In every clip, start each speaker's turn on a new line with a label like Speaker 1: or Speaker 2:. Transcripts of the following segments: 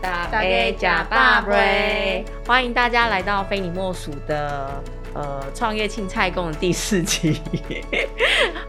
Speaker 1: 大
Speaker 2: 大家假
Speaker 1: 爸
Speaker 2: 爸
Speaker 1: 呗
Speaker 2: 呗！
Speaker 1: 欢迎大家来到非你莫属的呃创业庆菜共的第四期。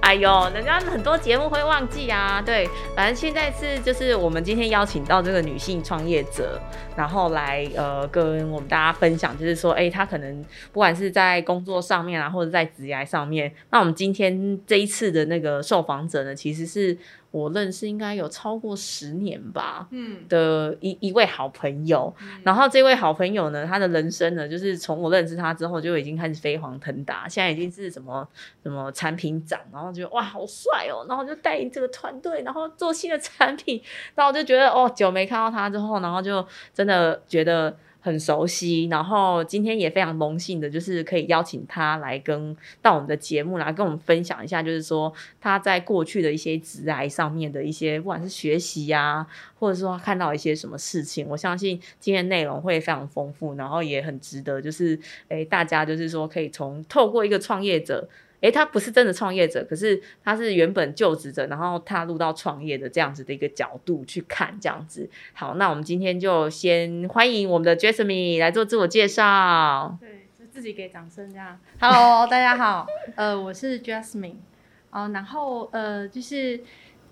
Speaker 1: 哎呦，人家很多节目会忘记啊。对，反正现在是就是我们今天邀请到这个女性创业者，然后来呃跟我们大家分享，就是说，哎、她可能不管是在工作上面啊，或者在职涯上面，那我们今天这一次的那个受访者呢，其实是我认识应该有超过十年吧。
Speaker 2: 嗯，
Speaker 1: 的一一位好朋友，然后这位好朋友呢，他的人生呢，就是从我认识他之后就已经开始飞黄腾达，现在已经是什么什么产品长，然后觉得哇好帅哦，然后就带领这个团队，然后做新的产品，然后我就觉得哦，久没看到他之后，然后就真的觉得很熟悉，然后今天也非常荣幸的，就是可以邀请他来跟到我们的节目来跟我们分享一下，就是说他在过去的一些职涯上面的一些，不管是学习啊呀、或者说他看到一些什么事情，我相信今天内容会非常丰富，然后也很值得，就是诶大家就是说可以从透过一个创业者。诶，他不是真的创业者，可是他是原本就职者，然后踏入到创业的这样子的一个角度去看，这样子。好，那我们今天就先欢迎我们的 Jasmine 来做自我介绍。
Speaker 2: 对，就自己给掌声这样。Hello，大家好，呃，我是 Jasmine，哦、然后呃，就是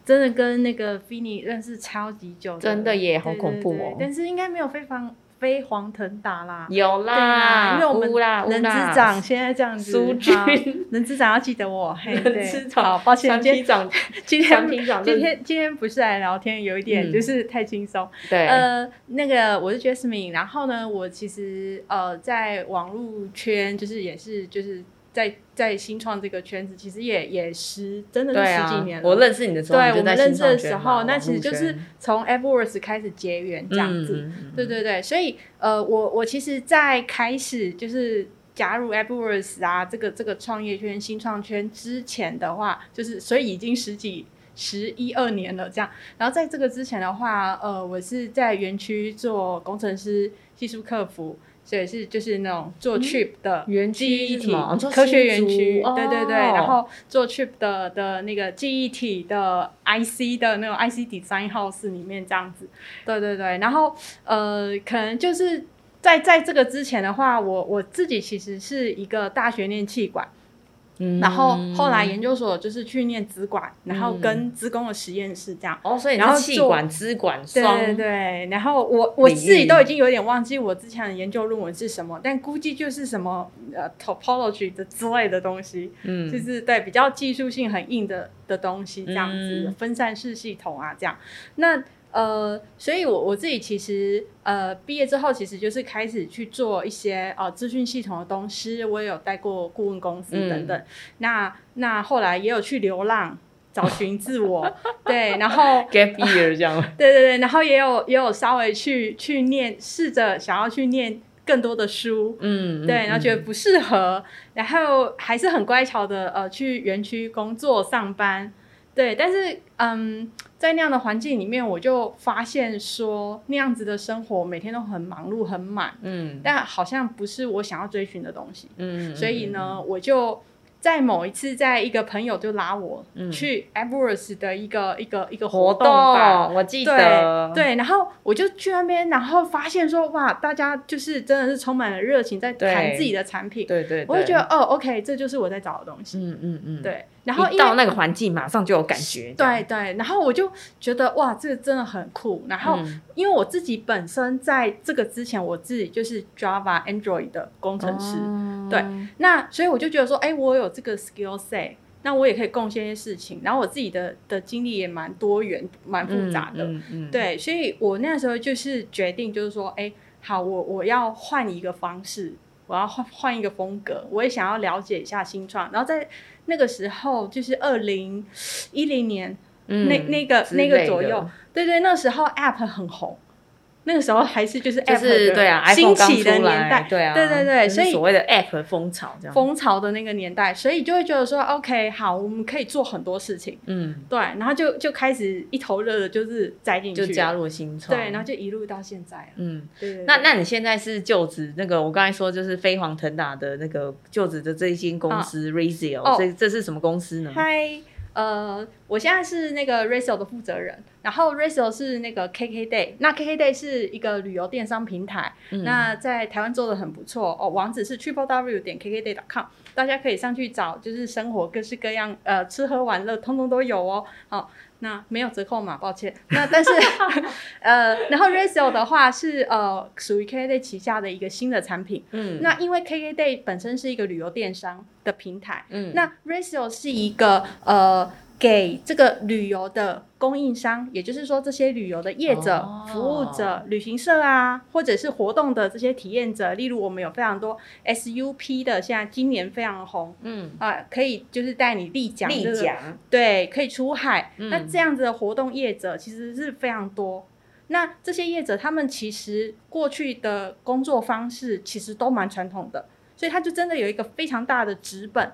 Speaker 2: 真的跟那个 Finny 认识超级久的，
Speaker 1: 真的耶
Speaker 2: 对
Speaker 1: 好恐怖哦
Speaker 2: 对对对但是应该没有飞黄飞黄腾达啦。
Speaker 1: 有
Speaker 2: 对啦，
Speaker 1: 啦，
Speaker 2: 因为我们
Speaker 1: 乌啦乌
Speaker 2: 人
Speaker 1: 啦
Speaker 2: 之长现在这样子，
Speaker 1: 苏俊
Speaker 2: 好人之长要记 得我，嘿，
Speaker 1: 人
Speaker 2: 对
Speaker 1: 之长
Speaker 2: 好，抱歉，
Speaker 1: 三
Speaker 2: 今
Speaker 1: 批
Speaker 2: 天
Speaker 1: 长，
Speaker 2: 今
Speaker 1: 三
Speaker 2: 天
Speaker 1: 批长
Speaker 2: 今
Speaker 1: 认，
Speaker 2: 天今天不是来聊天，有一点
Speaker 1: 嗯
Speaker 2: 就是太轻松，
Speaker 1: 对，
Speaker 2: 呃，那个我是 Jasmine，然后呢，我其实呃在网络圈就是也是就是在在新创这个圈子，其实也也十真的
Speaker 1: 对
Speaker 2: 是
Speaker 1: 啊，
Speaker 2: 十几年了。
Speaker 1: 我认识你的时候，
Speaker 2: 对
Speaker 1: 你就
Speaker 2: 我
Speaker 1: 在
Speaker 2: 们认
Speaker 1: 新
Speaker 2: 识
Speaker 1: 创
Speaker 2: 的
Speaker 1: 圈
Speaker 2: 时
Speaker 1: 嘛
Speaker 2: 候，那其实就是
Speaker 1: 网
Speaker 2: 从 AdWords 开始结缘
Speaker 1: 络圈
Speaker 2: 这样子。
Speaker 1: 嗯嗯嗯
Speaker 2: 对对对，所以呃，我我其实，在开始就是加入 AdWords 啊，这个这个创业圈、新创圈之前的话，就是所以已经十几。十一二年了，这样。然后在这个之前的话，呃，我是在园区做工程师、技术客服，所以是就是那种做 trip 的、
Speaker 1: 嗯园
Speaker 2: 记
Speaker 1: 区
Speaker 2: 忆
Speaker 1: 是
Speaker 2: 体
Speaker 1: 什么？
Speaker 2: 科学园区，
Speaker 1: 哦
Speaker 2: 对对对，然后做 trip 的的那个记忆体的 IC 的那种 IC design house 里面这样子，对对对，然后呃，可能就是在在这个之前的话，我我自己其实是一个大学念气管，
Speaker 1: 嗯
Speaker 2: 然后后来研究所就是去念资管，然后
Speaker 1: 嗯
Speaker 2: 跟资工的实验室这样。
Speaker 1: 哦，所以你
Speaker 2: 然后
Speaker 1: 是气
Speaker 2: 做
Speaker 1: 管、支管
Speaker 2: 对
Speaker 1: 双，
Speaker 2: 对对，然后我我
Speaker 1: 领
Speaker 2: 自己
Speaker 1: 域
Speaker 2: 都已经有点忘记我之前的研究论文是什么，但估计就是什么呃 topology 的之类的东西，
Speaker 1: 嗯，
Speaker 2: 就是对比较技术性很硬的的东西，这样子、
Speaker 1: 嗯
Speaker 2: 分散式系统啊，这样。那呃，所以我我自己其实呃毕业之后，其实就是开始去做一些呃资讯系统的东西，我也有带过顾问公司等
Speaker 1: 嗯
Speaker 2: 等。那那后来也有去流浪。找寻自我， 对，然后
Speaker 1: gap year 这 样，
Speaker 2: 对对对，然后也有也有稍微去去念，试着想要去念更多的书，
Speaker 1: 嗯，
Speaker 2: 对，然后觉得
Speaker 1: 得
Speaker 2: 不适合，然后还是很乖巧的呃去园区工作上班，对，但是嗯，在那样的环境里面，我就发现说那样子的生活每天都很忙碌很满，
Speaker 1: 嗯
Speaker 2: 但好像不是我想要追寻的东西，
Speaker 1: 嗯，
Speaker 2: 所以呢，我就。在某一次，在一个朋友就拉我
Speaker 1: 嗯
Speaker 2: 去 Everest 的一个、一个一个
Speaker 1: 活
Speaker 2: 动吧，
Speaker 1: 我记得
Speaker 2: 对，对，然后我就去那边，然后发现说哇，大家就是真的是充满了热情，在谈
Speaker 1: 对
Speaker 2: 自己的产品，
Speaker 1: 对对，
Speaker 2: 我就觉得
Speaker 1: 得，
Speaker 2: 哦，OK，这就是我在找的东西。
Speaker 1: 嗯嗯嗯，，
Speaker 2: 对，然后
Speaker 1: 一
Speaker 2: 因
Speaker 1: 到
Speaker 2: 为
Speaker 1: 那个环境马上就有感觉，这样
Speaker 2: 对，对，然后我就觉得哇，这个真的很酷。然后
Speaker 1: 嗯
Speaker 2: 因为我自己本身在这个之前，我自己就是 Java、Android 的工程师，
Speaker 1: 哦
Speaker 2: 对，那所以我就觉得说，哎，我有这个 skill set。那我也可以贡献一些事情，然后我自己的的经历也蛮多元、蛮复杂的，
Speaker 1: 嗯，嗯，
Speaker 2: 对，所以我那时候就是决定，就是说，哎，好，我我要换一个方式，我要换换一个风格，我也想要了解一下新创。然后在那个时候，就是二零一零年、
Speaker 1: 嗯
Speaker 2: 那那个
Speaker 1: 之
Speaker 2: 那个
Speaker 1: 类
Speaker 2: 左
Speaker 1: 的
Speaker 2: 右，对对，那时候 App 很红，那个时候还是就是 App
Speaker 1: 就
Speaker 2: 的
Speaker 1: 是对啊
Speaker 2: 兴
Speaker 1: ，iPhone 刚
Speaker 2: 起
Speaker 1: 出
Speaker 2: 的
Speaker 1: 来，
Speaker 2: 年代，
Speaker 1: 对啊，
Speaker 2: 对对对
Speaker 1: 就是
Speaker 2: 所以
Speaker 1: 所谓的 App 风潮这样，
Speaker 2: 风潮的那个年代，所以就会觉得说，OK，好，我们可以做很多事情，
Speaker 1: 嗯，
Speaker 2: 对，然后就就开始一头热的，就是栽进去
Speaker 1: 就
Speaker 2: 了，
Speaker 1: 加入新创，
Speaker 2: 对，然后就一路到现在了。
Speaker 1: 嗯，
Speaker 2: 对对对
Speaker 1: 那那你现在是就职那个？我刚才说就是飞黄腾达的那啊个就职的这一间公司 Razio，、
Speaker 2: 哦
Speaker 1: 这这是什么公司呢？
Speaker 2: 嗨，呃，我现在是那个 Racio 的负责人，然后 Racio 是那个 KKday，那 KKday 是一个旅游电商平台，
Speaker 1: 嗯
Speaker 2: 那在台湾做的很不错哦，网址是 triple w 点 kkday.com，大家可以上去找，就是生活各式各样，呃，吃喝玩乐通通都有哦。好、那没有折扣码，抱歉。那但是 呃，然后 Racio 的话是呃属于 KKday 旗下的一个新的产品，
Speaker 1: 嗯
Speaker 2: 那因为 KKday 本身是一个旅游电商的平台，
Speaker 1: 嗯
Speaker 2: 那 Racio 是一个呃给这个旅游的供应商，也就是说这些旅游的业者、
Speaker 1: 哦
Speaker 2: 服务者、旅行社啊，或者是活动的这些体验者，例如我们有非常多 SUP 的，现在今年非常红。
Speaker 1: 嗯，
Speaker 2: 啊、可以就是带你立桨，
Speaker 1: 立
Speaker 2: 这个
Speaker 1: 奖，
Speaker 2: 对，可以出海。
Speaker 1: 嗯
Speaker 2: 那这样子的活动业者其实是非常多。那这些业者他们其实过去的工作方式其实都蛮传统的，所以他就真的有一个非常大的纸本、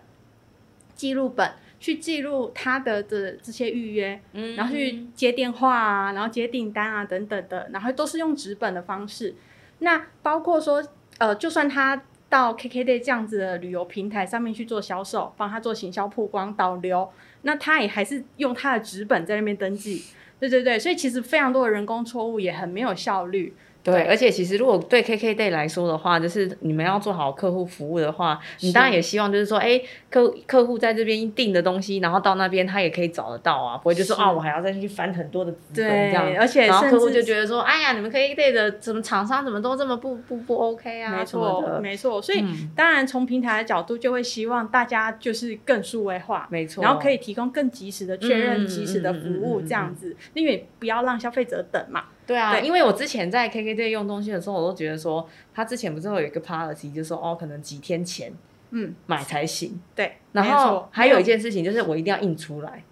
Speaker 2: 记录本去记录他的的这些预约，
Speaker 1: 嗯
Speaker 2: 然后去接电话啊，然后接订单啊等等的，然后都是用纸本的方式。那包括说，呃，就算他到 KKday 这样子的旅游平台上面去做销售，帮他做行销曝光、导流，那他也还是用他的纸本在那边登记。对对对，所以其实非常多的人工错误也很没有效率。
Speaker 1: 对，
Speaker 2: 对
Speaker 1: 而且其实如果对 KKday 来说的话，就是你们要做好客户服务的话，你
Speaker 2: 是
Speaker 1: 当然也希望就是说，哎，客客户在这边订的东西，然后到那边他也可以找得到啊，不会就说
Speaker 2: 是
Speaker 1: 啊，我还要再去翻很多的资本这
Speaker 2: 对
Speaker 1: 样。，
Speaker 2: 而且
Speaker 1: 然后
Speaker 2: 甚
Speaker 1: 客户
Speaker 2: 至
Speaker 1: 就觉得说，哎呀，你们 KKday 的怎么厂商怎么都这么不不不 OK 啊，
Speaker 2: 没
Speaker 1: 什么
Speaker 2: 错
Speaker 1: 的，
Speaker 2: 没错，所以。
Speaker 1: 嗯，
Speaker 2: 当然，从平台的角度，就会希望大家就是更数位化，
Speaker 1: 没错，
Speaker 2: 然后可以提供更及时的
Speaker 1: 嗯
Speaker 2: 确
Speaker 1: 嗯
Speaker 2: 认、
Speaker 1: 嗯
Speaker 2: 及时的服务
Speaker 1: 嗯嗯嗯嗯
Speaker 2: 这样子，因为不要让消费者等嘛。
Speaker 1: 对啊，
Speaker 2: 对
Speaker 1: 因为我之前在 KKday 用东西的时候，我都觉得说，他之前不是会有一个 policy，就是说哦，可能几天前
Speaker 2: 嗯，
Speaker 1: 买才行。
Speaker 2: 对。
Speaker 1: 然
Speaker 2: 没
Speaker 1: 后
Speaker 2: 错
Speaker 1: 还有一，件事情就是我一定要印出来，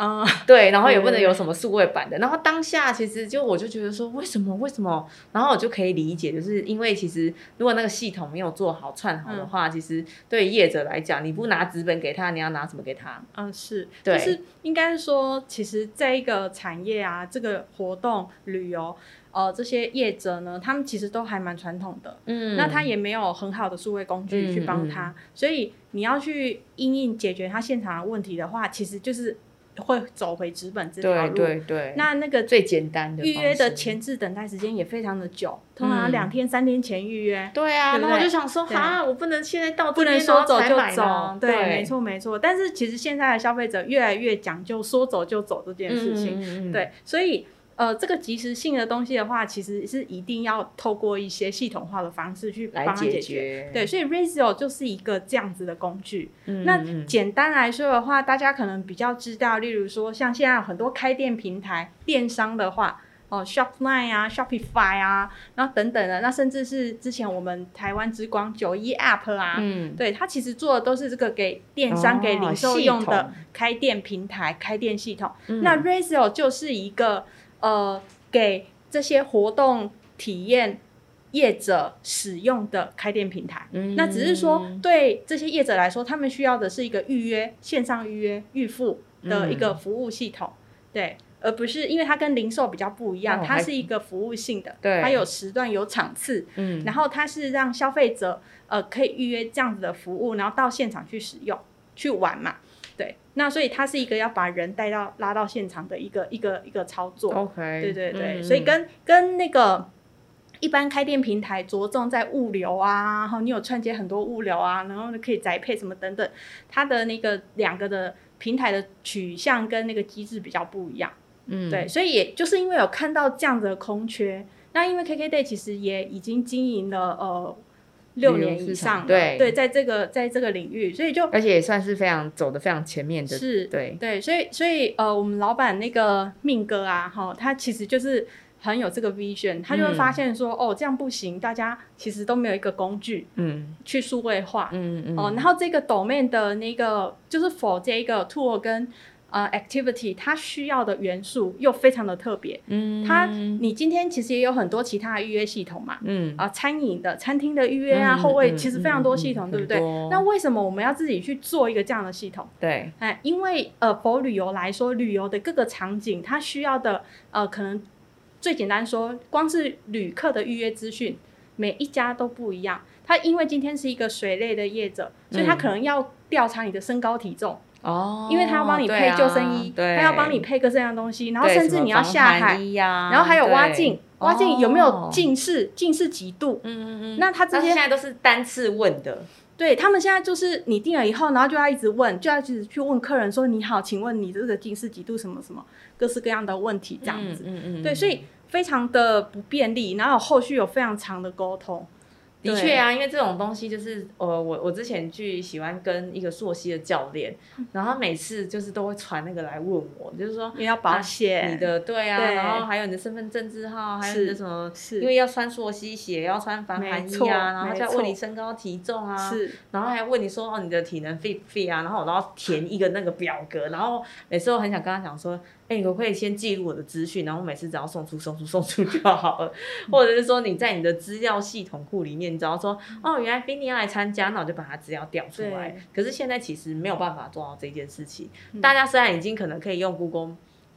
Speaker 2: 嗯，
Speaker 1: 对，然后也不能
Speaker 2: 对
Speaker 1: 有什么数位版的。然后当下其实就我就觉得说，为什么为什么？然后我就可以理解，就是因为其实如果那个系统没有做好串好的
Speaker 2: 嗯
Speaker 1: 话，其实对业者来讲，你不拿纸本给他，你要拿什么给他？
Speaker 2: 嗯，是，
Speaker 1: 对
Speaker 2: 就是应该是说，其实在一个产业啊，这个活动、旅游，呃，这些业者呢，他们其实都还蛮传统的，
Speaker 1: 嗯
Speaker 2: 那他也没有很好的数位工具去帮他，所以你要去因应解决他现场的问题的话，其实就是会走回纸本这
Speaker 1: 对
Speaker 2: 条路。
Speaker 1: 对对，
Speaker 2: 那那个
Speaker 1: 最简单的
Speaker 2: 预约
Speaker 1: 方
Speaker 2: 的
Speaker 1: 式
Speaker 2: 前置等待时间也非常的久，通
Speaker 1: 嗯
Speaker 2: 常两天、三天前预约，
Speaker 1: 对啊，
Speaker 2: 对不
Speaker 1: 然后我
Speaker 2: 对
Speaker 1: 就想说，
Speaker 2: 对
Speaker 1: 哈，我不能现在到这
Speaker 2: 不能
Speaker 1: 边
Speaker 2: 说走就
Speaker 1: 然后才买吗
Speaker 2: 走。没。错没错。但是其实现在的消费者越来越讲究说走就走这件事情，
Speaker 1: 情，
Speaker 2: 对，所以。呃，这个及时性的东西的话，其实是一定要透过一些系统化的方式去帮
Speaker 1: 来
Speaker 2: 它
Speaker 1: 解
Speaker 2: 解
Speaker 1: 决。
Speaker 2: 对，，所以 Razio 就是一个这样子的工具。
Speaker 1: 嗯
Speaker 2: 那
Speaker 1: 嗯
Speaker 2: 简单来说的话，大家可能比较知道，例如说像现在有很多开店平台、电商的话，哦，Shopline 啊、Shopify 啊，然后等等的，那甚至是之前我们台湾之光九一 App 啊，
Speaker 1: 嗯，哦
Speaker 2: 对它其实做的都是这个给电商、给零售用的开店平台、开店系统。
Speaker 1: 嗯
Speaker 2: 那 Razio 就是一个呃，给这些活动体验业者使用的开店平台。
Speaker 1: 嗯
Speaker 2: 那只是说，对这些业者来说，他们需要的是一个预约、线上预约、预付的一个服务系统，对，而不是因为它跟零售比较不一
Speaker 1: 嗯
Speaker 2: 样，
Speaker 1: 哦
Speaker 2: 它
Speaker 1: 还
Speaker 2: 是一个服务性的，
Speaker 1: 对
Speaker 2: 它有时段、有场次，
Speaker 1: 嗯，
Speaker 2: 然后它是让消费者呃可以预约这样子的服务，然后到现场去使用、去玩嘛，对，那所以它是一个要把人带到拉到现场的一个一个一个操作，
Speaker 1: OK，
Speaker 2: 对对对，
Speaker 1: 嗯
Speaker 2: 所以跟跟那个一般开店平台着重在物流啊，然后你有串接很多物流啊，然后呢可以宅配什么等等，它的那个两个的平台的取向跟那个机制比较不一样。
Speaker 1: 嗯
Speaker 2: 对，所以也就是因为有看到这样的空缺，那因为 KKday 其实也已经经营了呃六
Speaker 1: 旅游
Speaker 2: 年以
Speaker 1: 市
Speaker 2: 上
Speaker 1: 场
Speaker 2: 了，
Speaker 1: 对
Speaker 2: 在这个在这个领域，所以就
Speaker 1: 而且也算是非常走的非常前面的，
Speaker 2: 是
Speaker 1: 对，
Speaker 2: 对，所以所以呃，我们老板那个命哥啊，哈，他其实就是很有这个 vision，他就会
Speaker 1: 嗯
Speaker 2: 发现说，哦，这样不行，大家其实都没有一个工具
Speaker 1: 嗯
Speaker 2: 去数位化、
Speaker 1: 嗯嗯，
Speaker 2: 哦。然后这个 domain 的那个就是否这一个 tool 跟呃 activity，它需要的元素又非常的特别。
Speaker 1: 嗯，
Speaker 2: 它你今天其实也有很多其他的预约系统嘛，
Speaker 1: 嗯
Speaker 2: 啊、餐饮的、餐厅的预约啊，
Speaker 1: 嗯
Speaker 2: 后卫
Speaker 1: 嗯
Speaker 2: 其实
Speaker 1: 嗯
Speaker 2: 非常多
Speaker 1: 嗯
Speaker 2: 系统，
Speaker 1: 嗯
Speaker 2: 对不
Speaker 1: 很
Speaker 2: 对？
Speaker 1: 多
Speaker 2: 那为什么我们要自己去做一个这样的系统？
Speaker 1: 对，
Speaker 2: 哎，因为呃，否旅游来说，旅游的各个场景，它需要的呃，可能最简单说，光是旅客的预约资讯，每一家都不一样。他因为今天是一个水类的业者，所以他
Speaker 1: 嗯
Speaker 2: 可能要调查你的身高体重，
Speaker 1: 哦，
Speaker 2: 因为他要帮你
Speaker 1: 对
Speaker 2: 配
Speaker 1: 啊
Speaker 2: 救生衣，
Speaker 1: 对
Speaker 2: 他要帮你配各式各样的东西，然后
Speaker 1: 对
Speaker 2: 甚
Speaker 1: 什
Speaker 2: 至
Speaker 1: 么
Speaker 2: 你要
Speaker 1: 防
Speaker 2: 下
Speaker 1: 寒
Speaker 2: 海，
Speaker 1: 衣呀，
Speaker 2: 然后还有蛙
Speaker 1: 对
Speaker 2: 镜，蛙镜有没有？
Speaker 1: 哦
Speaker 2: 近视？近视几度？
Speaker 1: 嗯嗯嗯。
Speaker 2: 那他这
Speaker 1: 但是
Speaker 2: 些
Speaker 1: 现在都是单次问的，
Speaker 2: 对他们现在就是你定了以后，然后就要一直问，就要一直去问客人说：“你好，请问你这个近视几度？什么什么，各式各样的问题这样子。
Speaker 1: 嗯嗯嗯
Speaker 2: 对，所以非常的不便利，然后后续有非常长的沟通。
Speaker 1: 的
Speaker 2: 对
Speaker 1: 确啊，因为这种东西就是，呃，我我之前去喜欢跟一个溯溪的教练，
Speaker 2: 嗯
Speaker 1: 然后每次就是都会传那个来问我，就是说
Speaker 2: 也要保险，
Speaker 1: 你的对啊，
Speaker 2: 对
Speaker 1: 然后还有你的身份证字号，还有你的
Speaker 2: 是
Speaker 1: 什么，
Speaker 2: 是
Speaker 1: 因为要穿溯溪鞋，要穿防寒
Speaker 2: 没
Speaker 1: 衣
Speaker 2: 错
Speaker 1: 啊，然后
Speaker 2: 没
Speaker 1: 再问你
Speaker 2: 错
Speaker 1: 身高体重啊，
Speaker 2: 是
Speaker 1: 然后还问你说哦你的体能 fit 不 fit 啊，然后我都要填一个那个表格，然后每次我很想跟他讲说，哎、你可不可以先记录我的资讯，然后我每次只要送出送出送出就好了，或者是说你在你的资料系统库里面，你只要说哦原来宾尼要来参加，那我就把他资料调出来
Speaker 2: 对。嗯
Speaker 1: 可是现在其实没有办法做到这件事情，大家虽然已经可能可以用 Google。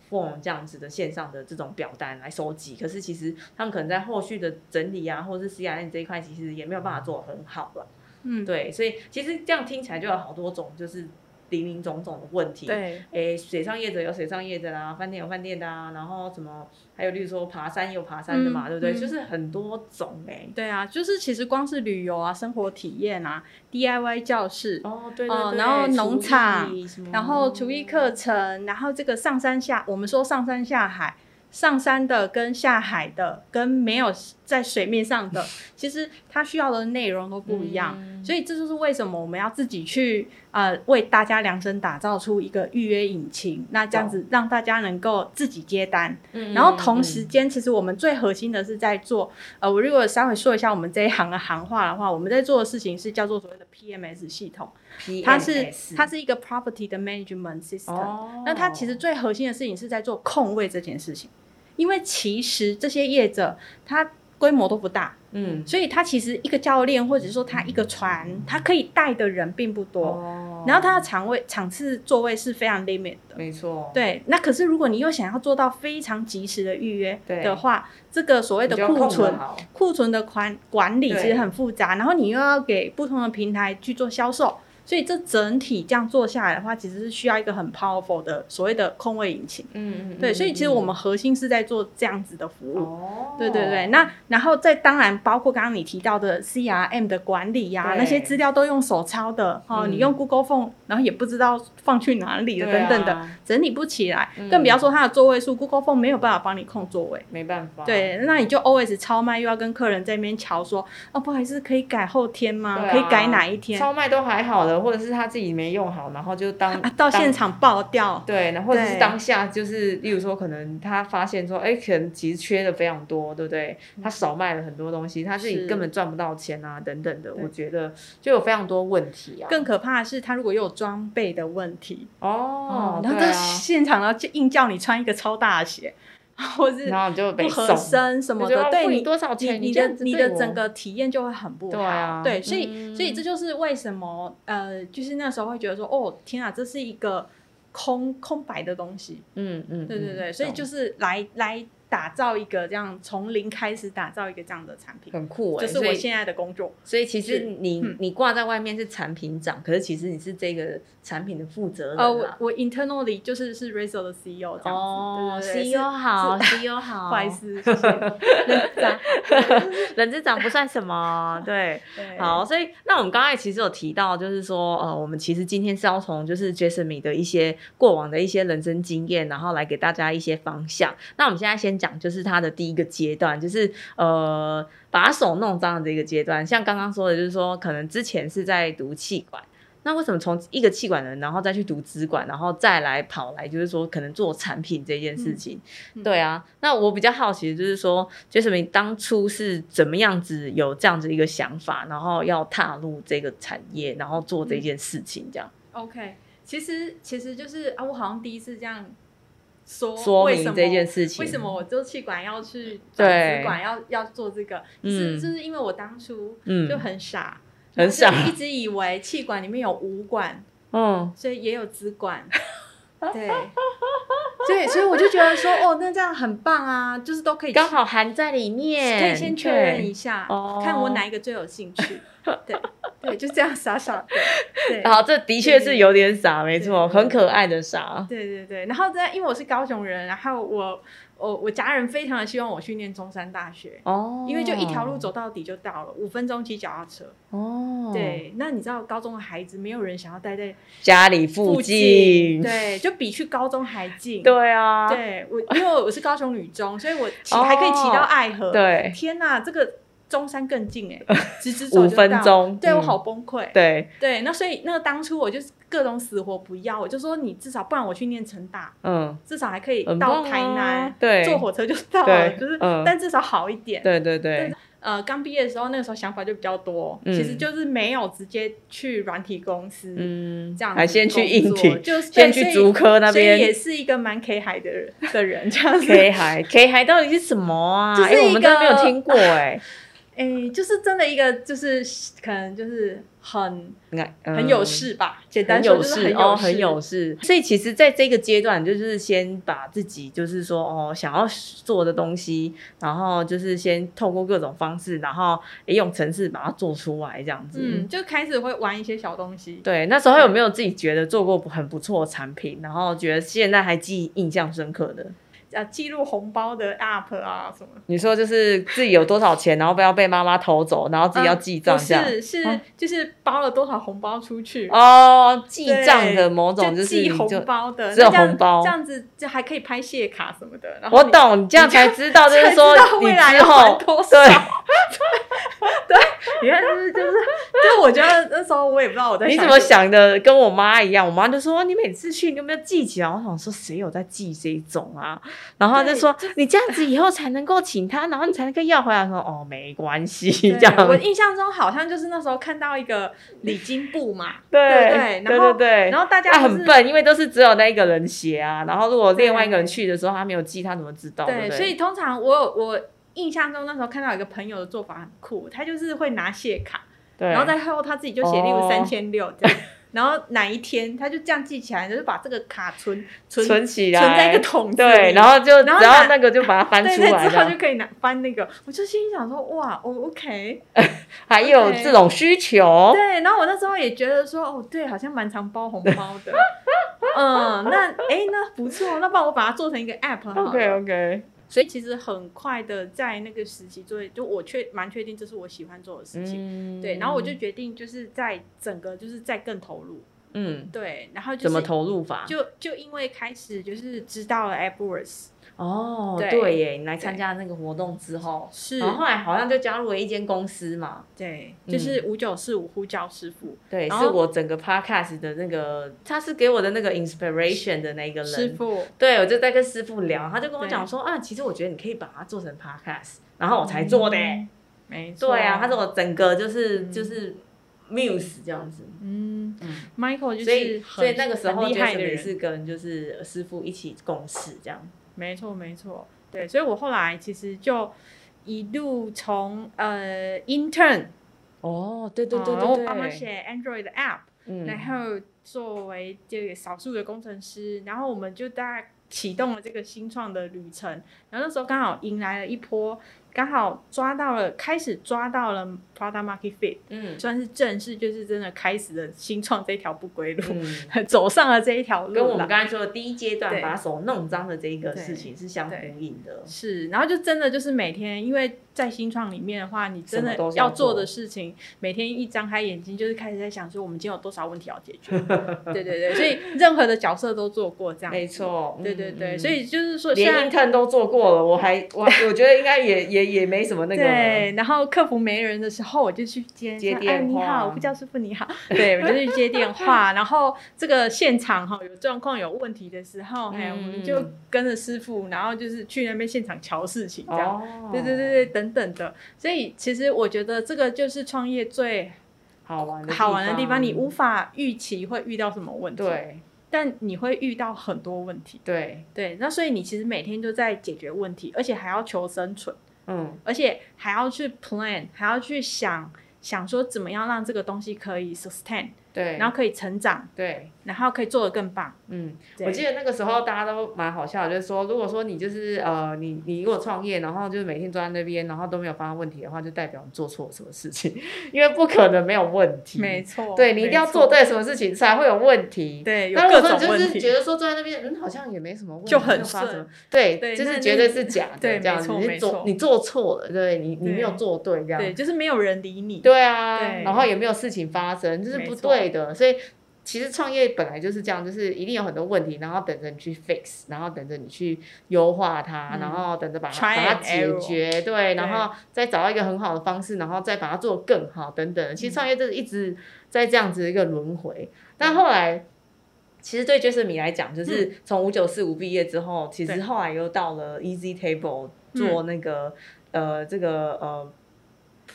Speaker 1: form 这样子的线上的这种表单来收集，可是其实他们可能在后续的整理啊，或者是 CRM 这一块，其实也没有办法做得很好了。
Speaker 2: 嗯，
Speaker 1: 对，所以其实这样听起来就有好多种，就是林林总总的问题。，
Speaker 2: 对
Speaker 1: 诶，水上业者有水上业者啦，饭店有饭店的啊，然后什么，还有例如说爬山也有爬山的嘛，
Speaker 2: 嗯
Speaker 1: 对不对？
Speaker 2: 嗯
Speaker 1: 就是很多种哎、
Speaker 2: 对啊，就是其实光是旅游啊、生活体验啊、DIY 教室，
Speaker 1: 哦，对对对，
Speaker 2: 哦然后农
Speaker 1: 厨艺
Speaker 2: 场
Speaker 1: 什么，
Speaker 2: 然后厨艺课程，然后这个上山下，我们说上山下海，上山的跟下海的跟没有在水面上 的，其实它需要的内容都不一样。
Speaker 1: 嗯
Speaker 2: 所以这就是为什么我们要自己去呃为大家量身打造出一个预约引擎，那这样子让大家能够自己接单，
Speaker 1: 哦嗯
Speaker 2: 然后同时，间，其实我们最核心的是在做，呃，我如果稍微说一下我们这一行的行话的话，我们在做的事情是叫做所谓的 PMS 系统，
Speaker 1: 嗯嗯
Speaker 2: 它是
Speaker 1: PMS
Speaker 2: 它是一个 property 的 management system，、
Speaker 1: 哦，
Speaker 2: 那它其实最核心的事情是在做空位这件事情，因为其实这些业者他规模都不大，
Speaker 1: 嗯
Speaker 2: 所以他其实一个教练或者说他一个船，他可以带的人并不多，
Speaker 1: 哦
Speaker 2: 然后他的场位场次座位是非常 limit 的。
Speaker 1: 没错，
Speaker 2: 对，那可是如果你又想要做到非常及时的预约
Speaker 1: 对
Speaker 2: 的话，这个所谓
Speaker 1: 你
Speaker 2: 的
Speaker 1: 就要
Speaker 2: 库
Speaker 1: 控制
Speaker 2: 存
Speaker 1: 好，
Speaker 2: 库存的管管理
Speaker 1: 对
Speaker 2: 其实很复杂，然后你又要给不同的平台去做销售，所以这整体这样做下来的话，其实是需要一个很 powerful 的所谓的空位引擎。
Speaker 1: 嗯嗯，
Speaker 2: 对，
Speaker 1: 嗯
Speaker 2: 所以其实
Speaker 1: 嗯
Speaker 2: 我们核心是在做这样子的服务。
Speaker 1: 哦，
Speaker 2: 对对对，那然后再当然包括刚刚你提到的 CRM 的管理呀、
Speaker 1: 对
Speaker 2: 那些资料都用手抄的哦，
Speaker 1: 嗯
Speaker 2: 你用 Google Form，然后也不知道放去哪里了、
Speaker 1: 对
Speaker 2: 等等的，
Speaker 1: 啊，
Speaker 2: 整理不起来，
Speaker 1: 嗯
Speaker 2: 更不要说它的座位数，Google Form 没有办法帮你控座位。
Speaker 1: 没办法，
Speaker 2: 对，那你就 always 超卖，又要跟客人在那边瞧说，哦，不好意思，可以改后天吗？
Speaker 1: 对啊
Speaker 2: 可以改哪一天？
Speaker 1: 超卖都还好的，或者是他自己没用好，然后就当、
Speaker 2: 啊，到
Speaker 1: 当
Speaker 2: 现场爆掉。
Speaker 1: 对，然后或者是
Speaker 2: 对
Speaker 1: 当下就是，例如说，可能他发现说，哎，可能其实缺的非常多，对不对？他少卖了很多东西，他自己
Speaker 2: 是
Speaker 1: 根本赚不到钱啊，等等的，
Speaker 2: 对
Speaker 1: 我觉得就有非常多问题啊。
Speaker 2: 更可怕的是，他如果又有装备的问题，
Speaker 1: 哦，
Speaker 2: 然后
Speaker 1: 对啊，
Speaker 2: 到现场然后就硬叫你穿一个超大的鞋， 或是
Speaker 1: 然后你就被
Speaker 2: 不
Speaker 1: 送
Speaker 2: 合身什么
Speaker 1: 我觉得
Speaker 2: 的，
Speaker 1: 要
Speaker 2: 对
Speaker 1: 付你
Speaker 2: 你
Speaker 1: 多少钱？
Speaker 2: 你
Speaker 1: 这
Speaker 2: 的
Speaker 1: 样子
Speaker 2: 你
Speaker 1: 对
Speaker 2: 的
Speaker 1: 我
Speaker 2: 整个体验就会很不好。
Speaker 1: 对啊
Speaker 2: 对所以
Speaker 1: 嗯
Speaker 2: 所以这就是为什么呃，就是那时候会觉得说，哦，天啊，这是一个空空白的东西。
Speaker 1: 嗯嗯，
Speaker 2: 对对
Speaker 1: 嗯
Speaker 2: 对，所以
Speaker 1: 懂
Speaker 2: 就是来来打造一个这样从零开始打造一个这样的产品，
Speaker 1: 很酷哎、
Speaker 2: 这
Speaker 1: 欸，
Speaker 2: 是
Speaker 1: 所
Speaker 2: 我
Speaker 1: 以
Speaker 2: 现在的工作。
Speaker 1: 所以其实
Speaker 2: 是
Speaker 1: 你、
Speaker 2: 嗯
Speaker 1: 你挂在外面是产品长，可是其实你是这个产品的负责人、啊。
Speaker 2: 呃，我我 internally 就是是 Razor 的 CEO 这样子，
Speaker 1: 哦
Speaker 2: 对对对
Speaker 1: ，CEO
Speaker 2: 是
Speaker 1: 好，CEO 好，
Speaker 2: E 不好意思，谢 谢。对这样
Speaker 1: 人之长不算什么， 对。
Speaker 2: 对
Speaker 1: 好，所以那我们刚才其实有提到，就是说，呃，我们其实今天是要从就是 Jason 米的一些过往的一些人生经验，然后来给大家一些方向。那我们现在先讲就是他的第一个阶段，就是呃把手弄脏的这个阶段。像刚刚说的，就是说可能之前是在读气管。那为什么从一个气管人，然后再去读资管，然后再来跑来，就是说可能做产品这件事情？
Speaker 2: 嗯嗯
Speaker 1: 对啊，那我比较好奇的就是说，就是你当初是怎么样子有这样子一个想法，然后要踏入这个产业，然后做
Speaker 2: 嗯
Speaker 1: 这件事情这样？
Speaker 2: OK，其实其实就是啊，我好像第一次这样说
Speaker 1: 说
Speaker 2: 为
Speaker 1: 明
Speaker 2: 什么
Speaker 1: 这件事情
Speaker 2: 为什么我做气管要去
Speaker 1: 对
Speaker 2: 转资管要要做这个？
Speaker 1: 嗯
Speaker 2: 是就是因为我当初
Speaker 1: 嗯
Speaker 2: 就很傻，
Speaker 1: 很傻
Speaker 2: 就一直以为气管里面有武馆，
Speaker 1: 嗯，
Speaker 2: 所以也有资 管，对，所以所以我就觉得说，哦，那这样很棒啊，就是都可以
Speaker 1: 刚好含在里面，
Speaker 2: 可以先确认一
Speaker 1: 对
Speaker 2: 下
Speaker 1: 对哦，哦
Speaker 2: 看我哪一个最有兴趣。对，对，就这样傻傻 的，对。
Speaker 1: 好，这的确是有点傻，没错，
Speaker 2: 对对
Speaker 1: 很可爱的傻。
Speaker 2: 对对对，然后在因为我是高雄人，然后我我我家人非常的希望我去念中山大学，
Speaker 1: 哦，
Speaker 2: 因为就一条路走到底就到了，五分钟骑脚踏车。
Speaker 1: 哦，，
Speaker 2: 对，那你知道高中的孩子没有人想要待在
Speaker 1: 家里附近，
Speaker 2: 对，就比去高中还 近。
Speaker 1: 对啊，
Speaker 2: 对我因为我是高雄女中，所以我骑
Speaker 1: 哦
Speaker 2: 还可以骑到爱河。，
Speaker 1: 对，
Speaker 2: 天哪，这个中山更 近哎，直直走
Speaker 1: 五
Speaker 2: 就到
Speaker 1: 分。钟，
Speaker 2: 对
Speaker 1: 嗯
Speaker 2: 我好，崩溃。
Speaker 1: 对，
Speaker 2: 对，那所以那个当初我就是各种死活不要，我就说你至少不然我去念成大。
Speaker 1: 嗯，
Speaker 2: 至少还可以
Speaker 1: 很
Speaker 2: 到
Speaker 1: 棒
Speaker 2: 台
Speaker 1: 啊
Speaker 2: 南，
Speaker 1: 对
Speaker 2: 坐火车就到了，
Speaker 1: 对
Speaker 2: 就是、
Speaker 1: 嗯
Speaker 2: 但至少好一点。
Speaker 1: 对对对
Speaker 2: 对，呃，刚毕业的时候，那个时候想法就比较多，
Speaker 1: 嗯
Speaker 2: 其实就是没有直接去软体公司、
Speaker 1: 嗯，
Speaker 2: 这样子工作，
Speaker 1: 还先去硬体，
Speaker 2: 就是
Speaker 1: 先去
Speaker 2: 主
Speaker 1: 竹科那
Speaker 2: 所以也
Speaker 1: 边。
Speaker 2: 是一个蛮 K 海的人的人这 样子。
Speaker 1: K 海 K 海到底是什么啊？
Speaker 2: 就是
Speaker 1: 哎，我们
Speaker 2: 一个
Speaker 1: 真的没有听过 哎，
Speaker 2: 哎、就是真的一个，就是可能就是很
Speaker 1: 嗯
Speaker 2: 很有事吧，简单
Speaker 1: 很
Speaker 2: 说
Speaker 1: 有
Speaker 2: 就是
Speaker 1: 事
Speaker 2: 有
Speaker 1: 哦，
Speaker 2: 事
Speaker 1: 很有事。所以其实，在这个阶段，就是先把自己，就是说哦，想要做的东西，然后就是先透过各种方式，然后也用程式把它做出来，这样子。
Speaker 2: 嗯，就开始会玩一些小东西。
Speaker 1: 对，那时候有
Speaker 2: 嗯
Speaker 1: 没有自己觉得做过很不错的产品，然后觉得现在还记忆印象深刻的？
Speaker 2: 呃，记录红包的 app 啊什么，
Speaker 1: 你说就是自己有多少钱，然后不要被妈妈偷走，然后自己要记账
Speaker 2: 嗯
Speaker 1: 这样。
Speaker 2: 不是是、
Speaker 1: 嗯
Speaker 2: 就是包了多少红包出去，
Speaker 1: 哦，记账的某种
Speaker 2: 就是
Speaker 1: 你
Speaker 2: 寄
Speaker 1: 就
Speaker 2: 红包的，
Speaker 1: 只有
Speaker 2: 那这样
Speaker 1: 红包
Speaker 2: 这样子就还可以拍谢卡什么的。然后
Speaker 1: 我
Speaker 2: 你，
Speaker 1: 懂，你这样才知道，就是
Speaker 2: 才
Speaker 1: 说
Speaker 2: 知道
Speaker 1: 你
Speaker 2: 未来
Speaker 1: 之
Speaker 2: 要还
Speaker 1: 后
Speaker 2: 多少
Speaker 1: 对。
Speaker 2: 你 看是不是就是，就我觉得那时候我也不知道我在
Speaker 1: 你
Speaker 2: 想
Speaker 1: 怎么
Speaker 2: 什，
Speaker 1: 想的？跟我妈一样，我妈就说你每次去你有没有记起来？我想说谁有在记这一种啊？然后她就说你这样子以后才能够请他，然后你才能够要回来。我说哦，没关系，
Speaker 2: 对
Speaker 1: 这样
Speaker 2: 我印象中好像就是那时候看到一个礼金簿嘛，
Speaker 1: 对
Speaker 2: 对然后
Speaker 1: 对对
Speaker 2: 然后大家
Speaker 1: 他
Speaker 2: 不是
Speaker 1: 很笨，因哦为都是只有那一个人写啊。然后如果另外一个人去的时候，他没有记，他怎么知道？对
Speaker 2: 对，
Speaker 1: 不对，
Speaker 2: 所以通常我有我印象中那时候看到有一个朋友的做法很酷，他就是会拿谢卡，
Speaker 1: 对，
Speaker 2: 然后在后他自己就写，
Speaker 1: 哦
Speaker 2: 例如三千六这样。然后哪一天他就这样记起来，就是把这个卡存存存
Speaker 1: 存起来，
Speaker 2: 在一个桶子里，
Speaker 1: 对，然后就
Speaker 2: 然后
Speaker 1: 只要
Speaker 2: 拿
Speaker 1: 那个就把它翻
Speaker 2: 对
Speaker 1: 出
Speaker 2: 对，
Speaker 1: 来
Speaker 2: 之后就
Speaker 1: 的，
Speaker 2: 可以拿翻那个，我就心里想说，哇，我 OK，
Speaker 1: 还有
Speaker 2: OK
Speaker 1: 这种需求，
Speaker 2: 对，然后我那时候也觉得说，哦，对，好像蛮常包红包的， 嗯，那哎，那不错，那不然我把它做成一个 app 好了
Speaker 1: OK OK，
Speaker 2: 所以其实很快的在那个时期做，就我确蛮确定这是我喜欢做的事情，
Speaker 1: 嗯
Speaker 2: 对，然后我就决定就是在整个就是再更投入，
Speaker 1: 嗯，
Speaker 2: 对，然后就是
Speaker 1: 怎么投入法？
Speaker 2: 就就因为开始就是知道了 AppWorks
Speaker 1: 哦，
Speaker 2: 对
Speaker 1: 对耶，你来参加那个活动之后，
Speaker 2: 是
Speaker 1: 然后后来好像就加入了一间公司嘛，
Speaker 2: 对，
Speaker 1: 嗯
Speaker 2: 就是五九四五呼叫师傅，
Speaker 1: 对，
Speaker 2: 然
Speaker 1: 是
Speaker 2: 后
Speaker 1: 我整个 podcast 的那个，他是给我的那个 inspiration 的那个
Speaker 2: 师
Speaker 1: 人。
Speaker 2: 傅，
Speaker 1: 对，我就在跟师傅聊，他就跟我
Speaker 2: 对
Speaker 1: 讲说啊，其实我觉得你可以把它做成 podcast，然后我才做的耶。欸
Speaker 2: 嗯没错，
Speaker 1: 对啊，他是我整个就是、
Speaker 2: 嗯
Speaker 1: 就是 muse 这样子。
Speaker 2: 嗯
Speaker 1: 嗯
Speaker 2: ，Michael 就
Speaker 1: 所以，
Speaker 2: 是
Speaker 1: 所以那个时候
Speaker 2: 很厉害的
Speaker 1: 也
Speaker 2: 人，
Speaker 1: 是跟就是师傅一起共事这样。
Speaker 2: 没错没错，对，所以我后来其实就一路从呃 intern，
Speaker 1: 哦，对对
Speaker 2: 哦
Speaker 1: 对
Speaker 2: 然后
Speaker 1: 对对，
Speaker 2: 帮忙写 Android 的 app，、然
Speaker 1: 嗯，
Speaker 2: 后作为这个少数的工程师，然后我们就大概启动了这个新创的旅程，然后那时候刚好迎来了一波，刚好抓到了，开始抓到了 product market fit，
Speaker 1: 嗯
Speaker 2: 算是正式就是真的开始了新创这条不归路，
Speaker 1: 嗯，
Speaker 2: 走上了这一条路啦，
Speaker 1: 跟我们刚才说的第一阶段
Speaker 2: 对
Speaker 1: 把手弄脏的这一个事情是相呼应的。
Speaker 2: 是，然后就真的就是每天，因为在新创里面的话，你真
Speaker 1: 什么
Speaker 2: 的
Speaker 1: 都是要
Speaker 2: 要
Speaker 1: 做
Speaker 2: 做的事情，每天一张开眼睛就是开始在想说，我们今天有多少问题要解决。 对对对，所以任何的角色都做过这样。
Speaker 1: 没。错，
Speaker 2: 对对对，
Speaker 1: 嗯
Speaker 2: 所。以就是说，
Speaker 1: 嗯
Speaker 2: 虽
Speaker 1: 连
Speaker 2: 然
Speaker 1: intern 都做过了，我还我我觉得应该也也也没什么那个了，
Speaker 2: 对，然后客服没人的时候，我就去接
Speaker 1: 接
Speaker 2: 说
Speaker 1: 电
Speaker 2: 哎，你
Speaker 1: 话
Speaker 2: 好，我不叫师傅你好， 对，我就去接电话。然后这个现场哈有状况有问题的时候，哎，我
Speaker 1: 嗯
Speaker 2: 们就跟着师傅，然后就是去那边现场瞧事情这样。
Speaker 1: 哦，
Speaker 2: 对对对对，等等的。所以其实我觉得这个就是创业最
Speaker 1: 好玩的
Speaker 2: 好玩的地方，你无法预期会遇到什么问题，，
Speaker 1: 对
Speaker 2: 但你会遇到很多问题，
Speaker 1: 对，
Speaker 2: 对。那所以你其实每天都在解决问题，而且还要求生存，
Speaker 1: 嗯
Speaker 2: 而且还要去 plan，还要去想想说怎么样让这个东西可以 sustain，
Speaker 1: 对，
Speaker 2: 然
Speaker 1: 后
Speaker 2: 后可以成长，
Speaker 1: 对，
Speaker 2: 然后可以做得更棒。
Speaker 1: 嗯，
Speaker 2: 对
Speaker 1: 我记得那个时候大家都蛮好笑的，就是说，如果说你就是呃，你你如果创业，然后就是每天坐在那边，然后都没有发生问题的话，就代表你做错了什么事情， 因为不可能没有问题。
Speaker 2: 没错，
Speaker 1: 嗯对你一定要
Speaker 2: 没
Speaker 1: 做
Speaker 2: 错，
Speaker 1: 对什么事情才会有问题。
Speaker 2: 对，有
Speaker 1: 那如
Speaker 2: 各
Speaker 1: 果说你
Speaker 2: 种
Speaker 1: 就
Speaker 2: 问
Speaker 1: 是觉
Speaker 2: 题。
Speaker 1: 得说坐在那边，嗯，好像也没什么问题，
Speaker 2: 就很
Speaker 1: 没有发生什么
Speaker 2: 顺，
Speaker 1: 对，
Speaker 2: 对
Speaker 1: 就
Speaker 2: 那
Speaker 1: 是
Speaker 2: 那
Speaker 1: 绝对是假的，
Speaker 2: 对
Speaker 1: 这样
Speaker 2: 没
Speaker 1: 子，
Speaker 2: 错
Speaker 1: 你
Speaker 2: 没
Speaker 1: 是做
Speaker 2: 错
Speaker 1: 你做错了，对你你没有
Speaker 2: 对
Speaker 1: 做对这样，
Speaker 2: 对，就是没有人理你。
Speaker 1: 对啊，
Speaker 2: 对
Speaker 1: 然后也没有事情发生，这是
Speaker 2: 没
Speaker 1: 不
Speaker 2: 错
Speaker 1: 对的。所以其实创业本来就是这样，就是一定有很多问题，然后等着你去 fix，然后等着你去优化它，
Speaker 2: 嗯
Speaker 1: 然后等着把它
Speaker 2: Try
Speaker 1: 把它
Speaker 2: and
Speaker 1: 解
Speaker 2: error
Speaker 1: 决，对，然后再找到一个很好的方式，然后再把它做得更好等等。
Speaker 2: 嗯
Speaker 1: 其实创业就是一直在这样子的一个轮回，但后来。其实对 j a s m i 来讲，就是从五九四五毕业之后，其实
Speaker 2: 嗯对嗯
Speaker 1: 后来又到了 Easy Table 做那个、呃这个呃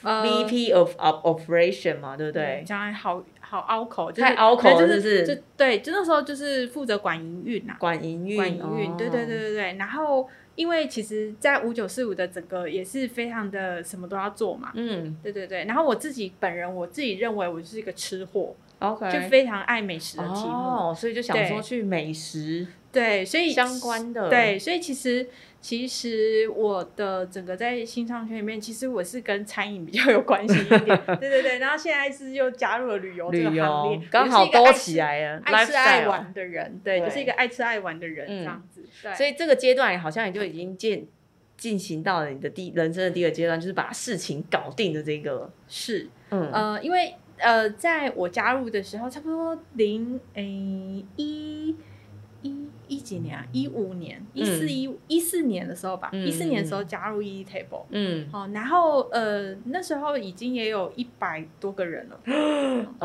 Speaker 2: 呃
Speaker 1: VP of of operation 嘛，对不对？
Speaker 2: 讲来好好拗口，就是
Speaker 1: 太拗口了
Speaker 2: 对就是
Speaker 1: 不是
Speaker 2: 就对，就那时候就是负责管营运啊，
Speaker 1: 管营运，
Speaker 2: 管营运，对对对
Speaker 1: 哦，
Speaker 2: 对对。然后因为其实，在五九四五的整个也是非常的什么都要做嘛，
Speaker 1: 嗯
Speaker 2: 对对对。然后我自己本人，我自己认为我就是一个吃货，
Speaker 1: ，OK，
Speaker 2: 就非常爱美食的题目，
Speaker 1: 哦，所以就想
Speaker 2: 对
Speaker 1: 说去美食
Speaker 2: 对，所以
Speaker 1: 相关的，
Speaker 2: 对，所以其实其实我的整个在新创圈里面，其实我是跟餐饮比较有关系 一点，对对对。然后现在是又加入了旅游这
Speaker 1: 旅
Speaker 2: 个行
Speaker 1: 游
Speaker 2: 列，
Speaker 1: 刚好
Speaker 2: 都
Speaker 1: 多起。啊来了，
Speaker 2: 爱吃
Speaker 1: lifestyle
Speaker 2: 爱。玩的人，对，
Speaker 1: 对
Speaker 2: 就是一个爱吃爱玩的人
Speaker 1: 嗯
Speaker 2: 这样子。对，
Speaker 1: 所以这个阶段好像也就已经进进行到了你的第人生的第一个阶段，就是把事情搞定的这个，
Speaker 2: 是
Speaker 1: 嗯，
Speaker 2: 呃，因为呃，在我加入的时候，差不多零诶一一一几年啊，一五年、一四一一四年的时候吧，
Speaker 1: 嗯
Speaker 2: 一四年的时候加入 E Table，
Speaker 1: 嗯，
Speaker 2: 哦，然后呃，那时候已经也有一百多个人了，我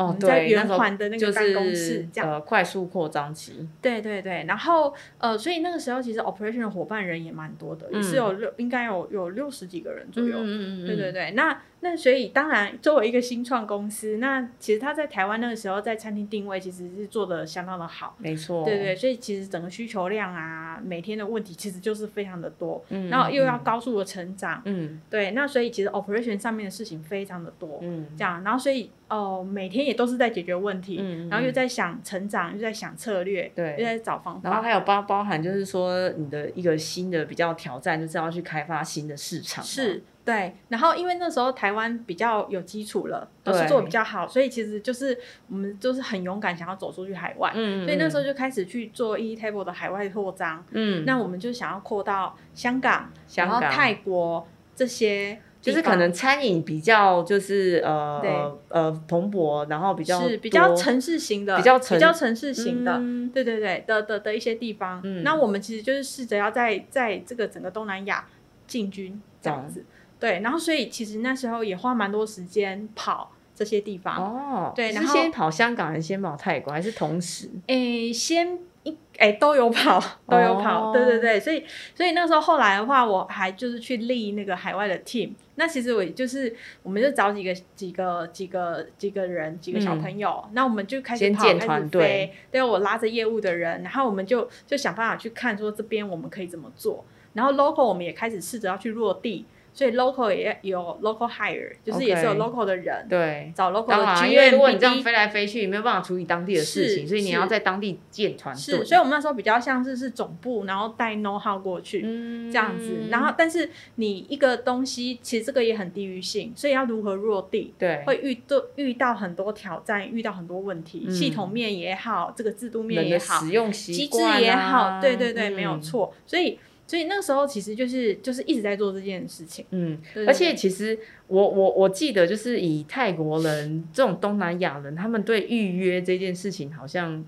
Speaker 1: 哦
Speaker 2: 们，在
Speaker 1: 对，
Speaker 2: 圆
Speaker 1: 时候
Speaker 2: 环的那
Speaker 1: 就
Speaker 2: 个
Speaker 1: 是
Speaker 2: 办公室、这样，
Speaker 1: 呃，快速扩张期，
Speaker 2: 对对对。然后呃，所以那个时候其实 operation 的伙伴人也蛮多的，也
Speaker 1: 嗯
Speaker 2: 是有六，应该有有六十几个人左右。
Speaker 1: 嗯
Speaker 2: 对对，对，那那所以当然，作为一个新创公司，那其实他在台湾那个时候在餐厅定位其实是做的相当的好，
Speaker 1: 没错，
Speaker 2: 对对，所以其实整个需求量啊，每天的问题其实就是非常的多，
Speaker 1: 嗯，嗯，
Speaker 2: 然后又要高速的成长，
Speaker 1: 嗯，
Speaker 2: 对，那所以其实 operation 上面的事情非常的多，
Speaker 1: 嗯嗯，
Speaker 2: 这样，然后所以哦、每天也都是在解决问题，
Speaker 1: 嗯
Speaker 2: 然后又在想成长，又在想策略，
Speaker 1: 对
Speaker 2: 又在找方
Speaker 1: 然后
Speaker 2: 法，
Speaker 1: 还有包包含就是说你的一个新的比较挑战，就是要去开发新的市场嘛。
Speaker 2: 是对。然后因为那时候台湾比较有基础了，都
Speaker 1: 对
Speaker 2: 是做的比较好，所以其实就是我们就是很勇敢，想要走出去海外，
Speaker 1: 嗯，嗯，
Speaker 2: 所以那时候
Speaker 1: 就
Speaker 2: 就开始去做 E Table 的海外扩张。
Speaker 1: 嗯，
Speaker 2: 那我们就想要扩到香港，
Speaker 1: 香
Speaker 2: 然后
Speaker 1: 港
Speaker 2: 泰国这些地
Speaker 1: 就是可
Speaker 2: 方
Speaker 1: 能餐饮比较就是呃
Speaker 2: 对
Speaker 1: 呃呃蓬勃，然后比较
Speaker 2: 是比较
Speaker 1: 多
Speaker 2: 城市型的，
Speaker 1: 比较城
Speaker 2: 比较城市型的。
Speaker 1: 嗯
Speaker 2: 对对对的的的一些地方，
Speaker 1: 嗯
Speaker 2: 那我们其实就是试着要在在这个整个东南亚进军这样子，对，然后所以其实那时候也花蛮多时间跑这些地方，
Speaker 1: 哦，
Speaker 2: 对然
Speaker 1: 是
Speaker 2: 后
Speaker 1: 先跑香港还是先跑泰国，还是同时？
Speaker 2: 诶、先一诶都有跑，都有跑，
Speaker 1: 哦
Speaker 2: 对对对，所以所以那时候后来的话，我还就是去立那个海外的 team，那其实我也就是我们就找几个几个几个几个人几个小朋友，那我们就开始
Speaker 1: 嗯先
Speaker 2: 跑，
Speaker 1: 建
Speaker 2: 开
Speaker 1: 团
Speaker 2: 始
Speaker 1: 队
Speaker 2: 飞，对我拉着业务的人，然后我们就就想办法去看说这边我们可以怎么做，然后 local 我们也开始试着要去落地，所以 local 也有 local hire，就是也是有
Speaker 1: OK
Speaker 2: local 的人
Speaker 1: 对。
Speaker 2: 找 local
Speaker 1: 当
Speaker 2: 的
Speaker 1: 然，啊
Speaker 2: GM，
Speaker 1: 因为如果你这
Speaker 2: BD
Speaker 1: 样飞来飞去，你没有办法处理当地的事
Speaker 2: 是
Speaker 1: 情，所以你
Speaker 2: 是
Speaker 1: 要在当地建团队。
Speaker 2: 是，所以我们那时候比较像是是总部，然后带 know how 过去、
Speaker 1: 嗯
Speaker 2: 这样子。然后，但是你一个东西，其实这个也很地域性，所以要如何落地，
Speaker 1: 对，
Speaker 2: 会遇到遇到很多挑战，遇到很多问题，
Speaker 1: 嗯
Speaker 2: 系统面也好，这个制度面
Speaker 1: 人
Speaker 2: 也
Speaker 1: 的
Speaker 2: 好
Speaker 1: 使，用
Speaker 2: 机
Speaker 1: 习
Speaker 2: 制
Speaker 1: 惯
Speaker 2: 也
Speaker 1: 啊
Speaker 2: 好，对对对，没有
Speaker 1: 嗯
Speaker 2: 错。所以，所以那时候其实就是就是一直在做这件事情，
Speaker 1: 嗯，
Speaker 2: 对对
Speaker 1: 而且其实我我我记得，就是以泰国人这种东南亚人，他们对预约这件事情，好像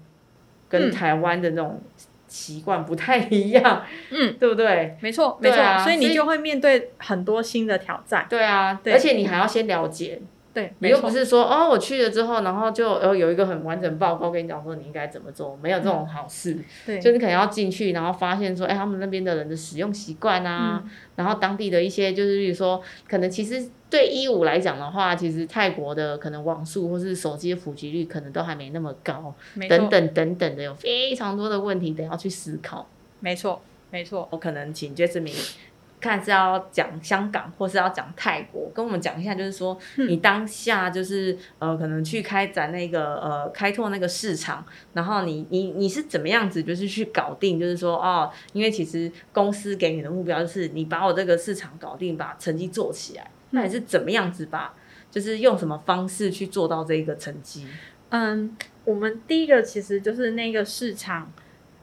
Speaker 1: 跟
Speaker 2: 嗯
Speaker 1: 台湾的那种习惯不太一样，
Speaker 2: 嗯，
Speaker 1: 对不对？
Speaker 2: 没错
Speaker 1: 对
Speaker 2: 没错，
Speaker 1: 啊
Speaker 2: 所以
Speaker 1: 所
Speaker 2: 你
Speaker 1: 以
Speaker 2: 就会面对很多新的挑战，
Speaker 1: 对啊，
Speaker 2: 对
Speaker 1: 而且你还要先了解，
Speaker 2: 对，
Speaker 1: 你
Speaker 2: 没
Speaker 1: 又
Speaker 2: 错
Speaker 1: 不，是说哦，我去了之后，然后就呃有一个很完整报告跟你讲说你应该怎么做，没有这种好事，
Speaker 2: 嗯对，
Speaker 1: 就你可能要进去，然后发现说，哎，他们那边的人的使用习惯啊，
Speaker 2: 嗯
Speaker 1: 然后当地的一些就是，比如说，可能其实对一五来讲的话，其实泰国的可能网速或是手机的普及率可能都还没那么高，
Speaker 2: 没
Speaker 1: 等
Speaker 2: 错，
Speaker 1: 等等等的，有非常多的问题得要去思考。
Speaker 2: 没错，没错。
Speaker 1: 我可能请 Jasmine 看是要讲香港或是要讲泰国，跟我们讲一下，就是说
Speaker 2: 嗯
Speaker 1: 你当下就是呃，可能去开展那个呃开拓那个市场，然后你你你是怎么样子，就是去搞定，就是说哦，因为其实公司给你的目标就是你把我这个市场搞定，把成绩做起
Speaker 2: 嗯
Speaker 1: 来，那你是怎么样子把，就是用什么方式去做到这个成绩？
Speaker 2: 嗯，我们第一个其实就是那个市场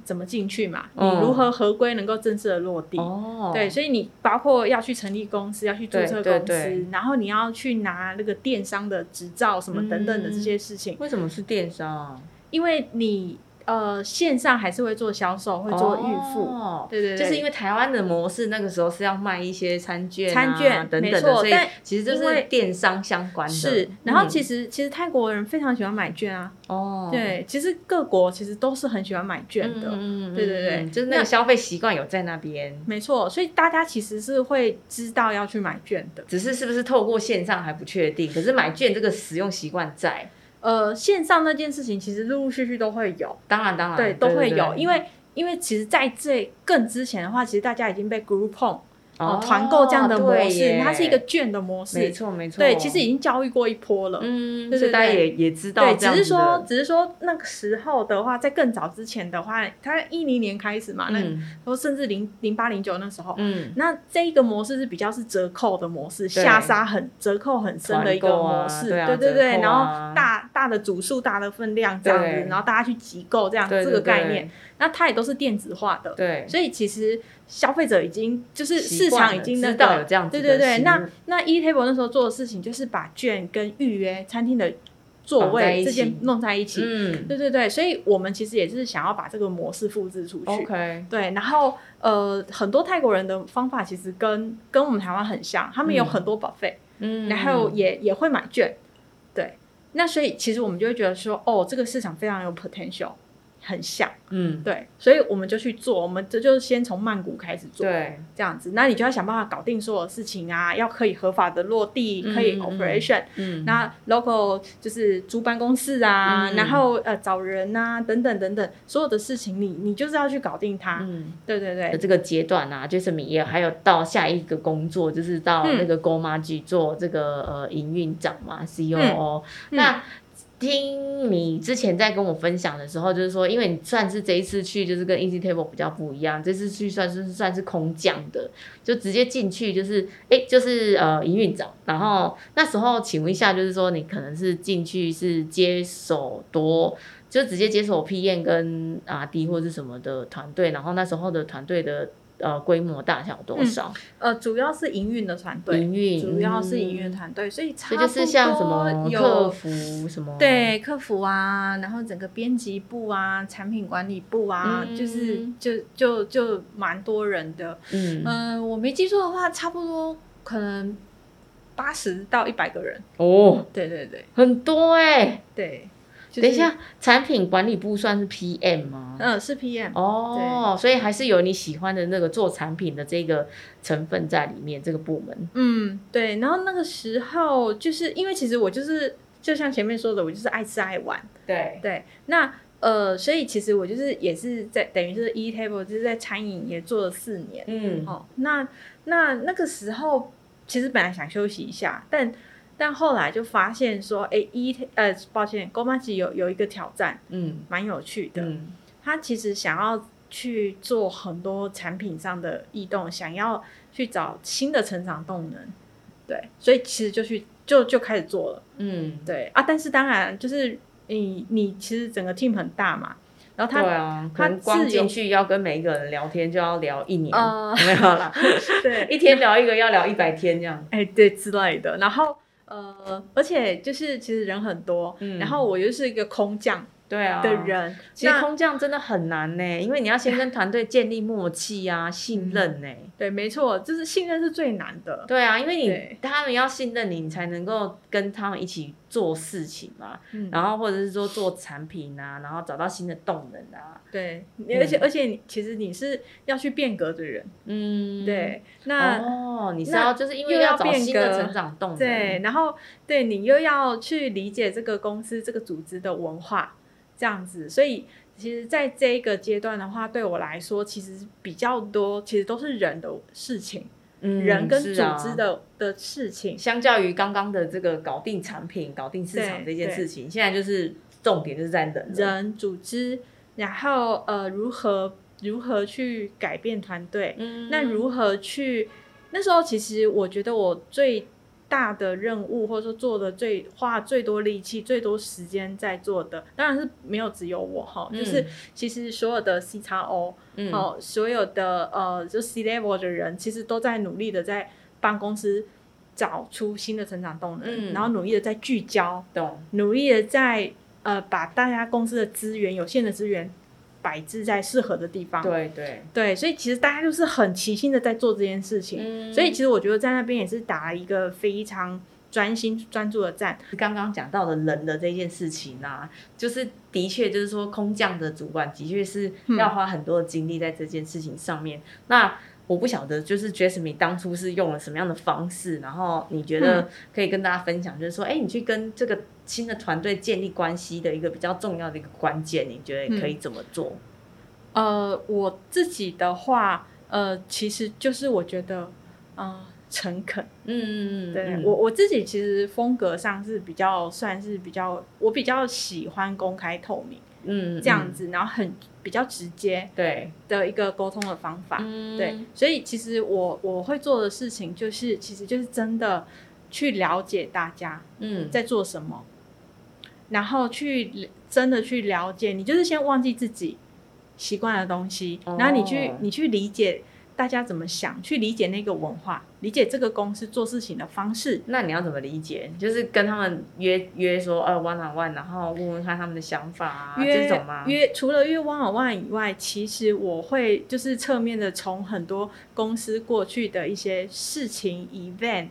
Speaker 2: 怎么进去嘛，你
Speaker 1: 嗯
Speaker 2: 如何合规能够正式的落地。
Speaker 1: 哦
Speaker 2: 对，，所以你包括要去成立公司，要去注册
Speaker 1: 对
Speaker 2: 公
Speaker 1: 对
Speaker 2: 司，
Speaker 1: 对
Speaker 2: 然后你要去拿那个电商的执照什么等等的
Speaker 1: 嗯
Speaker 2: 这些事情，
Speaker 1: 为什么是电商啊？
Speaker 2: 因为你呃线上还是会做销售，会做预付，
Speaker 1: 哦
Speaker 2: 对对对，
Speaker 1: 就是因为台湾的模式那个时候是要卖一些餐券、啊、
Speaker 2: 餐券
Speaker 1: 等等
Speaker 2: 没
Speaker 1: 的，
Speaker 2: 错
Speaker 1: 所以
Speaker 2: 但
Speaker 1: 其实就
Speaker 2: 因
Speaker 1: 是
Speaker 2: 为
Speaker 1: 电商相关的。嗯
Speaker 2: 是，然后其
Speaker 1: 实、
Speaker 2: 实、其实泰国人非常喜欢买券啊，
Speaker 1: 哦，
Speaker 2: 对，其实各国其实都是很喜欢买券
Speaker 1: 嗯，
Speaker 2: 的，
Speaker 1: 嗯嗯
Speaker 2: 对对对
Speaker 1: 嗯就是那个
Speaker 2: 那
Speaker 1: 消费习惯有在那边，
Speaker 2: 没错，所以大家其实是会知道要去买券的。
Speaker 1: 只是是不是透过线上还不确定，可是买券这个使用习惯在，
Speaker 2: 呃，线上那件事情其实陆陆续续都会有，
Speaker 1: 当然当然
Speaker 2: 对，都会有，因
Speaker 1: 为
Speaker 2: 为因为其实在这更之前的话，其实大家已经被 Groupon 哦团购这样的模式，它是一个券的模
Speaker 1: 哦没
Speaker 2: 式，
Speaker 1: 错没错，
Speaker 2: 对，其实已经教育过一波了。
Speaker 1: 嗯，
Speaker 2: 对对
Speaker 1: 所以大家
Speaker 2: 对
Speaker 1: 也也知道
Speaker 2: 对，
Speaker 1: 这
Speaker 2: 只
Speaker 1: 样
Speaker 2: 是
Speaker 1: 子的，
Speaker 2: 说，只是说那个时候的话，在更早之前的话，它一零年开始嘛，啊那
Speaker 1: 嗯
Speaker 2: 说甚至零零八零九那时候，
Speaker 1: 嗯，
Speaker 2: 那这一个模式是比较是折扣的模式，
Speaker 1: 对
Speaker 2: 下杀很折扣很深的一个
Speaker 1: 团购啊
Speaker 2: 模式，
Speaker 1: 对啊
Speaker 2: 对
Speaker 1: 折
Speaker 2: 对
Speaker 1: 扣啊
Speaker 2: 然后大大的组数、大的分量这样
Speaker 1: 对
Speaker 2: 子，然后大家去集购这样
Speaker 1: 对
Speaker 2: 这个概念，，那它也都是电子化的，
Speaker 1: 对对
Speaker 2: 所以其实消费者已经就是
Speaker 1: 对，
Speaker 2: 市场已经那
Speaker 1: 知道有
Speaker 2: 个。
Speaker 1: 这样子
Speaker 2: 对
Speaker 1: 的
Speaker 2: 对对，
Speaker 1: 食物
Speaker 2: 那那 E Table 那时候做的事情就是把券跟预约餐厅的座
Speaker 1: 绑在一起
Speaker 2: 位这件弄在一起。
Speaker 1: 嗯
Speaker 2: 对对对，所以我们其实也是想要把这个模式复制出去。
Speaker 1: ，OK，
Speaker 2: 对，然后呃，很多泰国人的方法其实跟跟我们台湾很像，他们有
Speaker 1: 嗯
Speaker 2: 很多保费，
Speaker 1: 嗯，
Speaker 2: 然后也也会买券，对。那所以其实我们就会觉得说，哦，这个市场非常有 potential，很像，
Speaker 1: 嗯，
Speaker 2: 对，所以我们就去做，我们这就是先从曼谷开始做，
Speaker 1: 对，
Speaker 2: 这样子，那你就要想办法搞定所有事情啊，要可以合法的落地，可以
Speaker 1: 嗯嗯嗯
Speaker 2: operation，、
Speaker 1: 嗯，
Speaker 2: 那 local 就是租办公室啊，
Speaker 1: 嗯
Speaker 2: 然后呃找人啊，等等等等，所有的事情你你就是要去搞定它，
Speaker 1: 嗯
Speaker 2: 对对对
Speaker 1: 的，这个阶段啊，就是米也还有到下一个工作，就是到
Speaker 2: 嗯
Speaker 1: 那个 g o m a g 做这个呃营运长嘛，COO。
Speaker 2: 嗯
Speaker 1: 那听你之前在跟我分享的时候，就是说，因为你算是这一次去，就是跟 Easy Table 比较不一样，这次去算是算是空降的，就直接进去就是哎、诶就是呃营运长。然后那时候请问一下，就是说你可能是进去是接手多。就直接接手 P N 跟 R D 或是什么的团队，然后那时候的团队的呃规模大小有多少？
Speaker 2: 呃，主要是营运的团队，
Speaker 1: 营运
Speaker 2: 主要是营运
Speaker 1: 嗯
Speaker 2: 团队，所以差
Speaker 1: 所
Speaker 2: 不
Speaker 1: 以
Speaker 2: 多
Speaker 1: 就是像什么客
Speaker 2: 有
Speaker 1: 服什么，
Speaker 2: 对客服啊，然后整个编辑部啊、产品管理部啊，
Speaker 1: 嗯
Speaker 2: 就是就就就蛮多人的。
Speaker 1: 嗯，
Speaker 2: 嗯、我没记错的话，差不多可能八十到一百个人。
Speaker 1: 哦，
Speaker 2: 对对对
Speaker 1: 很多哎、
Speaker 2: 对，就是
Speaker 1: 等一，下，产品管理部算是 P M 吗？
Speaker 2: 嗯、是 PM，、
Speaker 1: 哦，所以还是有你喜欢的那个做产品的这个成分在里面，这个部门。
Speaker 2: 嗯，对。然后那个时候，就是因为其实我就是就像前面说的，我就是爱吃爱玩。
Speaker 1: 对，
Speaker 2: 对，那呃，所以其实我就是也是在等于是 E Table 就是在餐饮也做了四年
Speaker 1: 嗯，
Speaker 2: 哦。那那那个时候其实本来想休息一下，但但后来就发现说，哎，E Ta- 呃，抱歉 g o m a j i 有有一个挑战，
Speaker 1: 嗯，
Speaker 2: 蛮有趣的。
Speaker 1: 嗯，
Speaker 2: 他其实想要去做很多产品上的异动，想要去找新的成长动能，对，所以其实就去就就开始做了。
Speaker 1: 嗯，
Speaker 2: 对啊，但是当然就是你你其实整个 team 很大嘛，然后
Speaker 1: 对
Speaker 2: 他
Speaker 1: 啊，可
Speaker 2: 他
Speaker 1: 能
Speaker 2: 自
Speaker 1: 光进
Speaker 2: 由
Speaker 1: 去要跟每一个人聊天就要聊一年，
Speaker 2: 呃
Speaker 1: 没有啦，
Speaker 2: 对
Speaker 1: 一天聊一个要聊一百天这样。
Speaker 2: 哎对之类的，然后呃，而且就是其实人很多，
Speaker 1: 嗯
Speaker 2: 然后我又是一个空降
Speaker 1: 对啊，
Speaker 2: 的人，
Speaker 1: 其实
Speaker 2: 那
Speaker 1: 空降真的很难呢、因为你要先跟团队建立默契啊、信任呢、
Speaker 2: 对，没错，就是信任是最难的，
Speaker 1: 对啊，因为你
Speaker 2: 对
Speaker 1: 他们要信任你，你才能够跟他们一起做事情嘛，
Speaker 2: 嗯，
Speaker 1: 然后或者是说做产品啊，然后找到新的动能啊，
Speaker 2: 对，
Speaker 1: 嗯
Speaker 2: 而且而且你其实你是要去变革的人，
Speaker 1: 嗯，。
Speaker 2: 对，那。
Speaker 1: 哦，你是
Speaker 2: 那
Speaker 1: 要就是因为
Speaker 2: 又要
Speaker 1: 找
Speaker 2: 变
Speaker 1: 新的
Speaker 2: 革
Speaker 1: 成长动能，
Speaker 2: 对，，然后对你又要去理解这个公司、这个组织的文化，这样子。所以其实，在这一个阶段的话，对我来说，其实比较多，其实都是人的事情。
Speaker 1: 嗯
Speaker 2: 人跟
Speaker 1: 是
Speaker 2: 组
Speaker 1: 啊
Speaker 2: 织的、的事情。
Speaker 1: 相较于刚刚的这个搞定产品、搞定市场这
Speaker 2: 对
Speaker 1: 件事情，现在就是重点就是在人了。
Speaker 2: 人、组织，然后呃，如何如何去改变团队，
Speaker 1: 嗯
Speaker 2: 那如何去？那时候其实我觉得我最大的任务，或者说做的最花最多力气、最多时间在做的，当然是没有只有我哈，
Speaker 1: 嗯
Speaker 2: 就是其实所有的 C x O，
Speaker 1: 嗯
Speaker 2: 哦，所有的呃，就 C level 的人，其实都在努力的在帮公司找出新的成长动能，
Speaker 1: 嗯
Speaker 2: 然后努力的在聚焦，
Speaker 1: 懂
Speaker 2: 努力的在呃把大家公司的资源、有限的资源摆置在适合的地方。
Speaker 1: 对对，
Speaker 2: 对所以其实大家就是很齐心的在做这件事情。
Speaker 1: 嗯
Speaker 2: 所以其实我觉得在那边也是打了一个非常专心专注的战。
Speaker 1: 刚刚讲到的人的这件事情啊，就是的确就是说空降的主管的确是
Speaker 2: 嗯
Speaker 1: 要花很多的精力在这件事情上面。那我不晓得，就是 Jasmine 当初是用了什么样的方式，然后你觉
Speaker 2: 嗯
Speaker 1: 得可以跟大家分享，就是说，哎、你去跟这个新的团队建立关系的一个比较重要的一个关键，你觉得可
Speaker 2: 嗯
Speaker 1: 以怎么做？
Speaker 2: 呃，我自己的话，呃，其实就是我觉得，呃，诚恳。
Speaker 1: 嗯，
Speaker 2: 对、
Speaker 1: 嗯
Speaker 2: 我我自己其实风格上是比较算是比较，我比较喜欢公开透明
Speaker 1: 嗯
Speaker 2: 这样
Speaker 1: 子，
Speaker 2: 子，然后很比较直接
Speaker 1: 对，
Speaker 2: 的一个沟通的方法。
Speaker 1: 嗯
Speaker 2: 对，所以其实我我会做的事情就是，其实就是真的去了解大家
Speaker 1: 嗯，
Speaker 2: 在做什么，然后去真的去了解。你就是先忘记自己习惯的东西，
Speaker 1: 哦
Speaker 2: 然后你去你去理解大家怎么想，去理解那个文化，理解这个公司做事情的方式。
Speaker 1: 那你要怎么理解？就是跟他们约约说，呃，one on one，然后问问看他们的想法啊，
Speaker 2: 约
Speaker 1: 这种吗？
Speaker 2: 约除了约 one on one 以外，其实我会就是侧面的从很多公司过去的一些事情 event。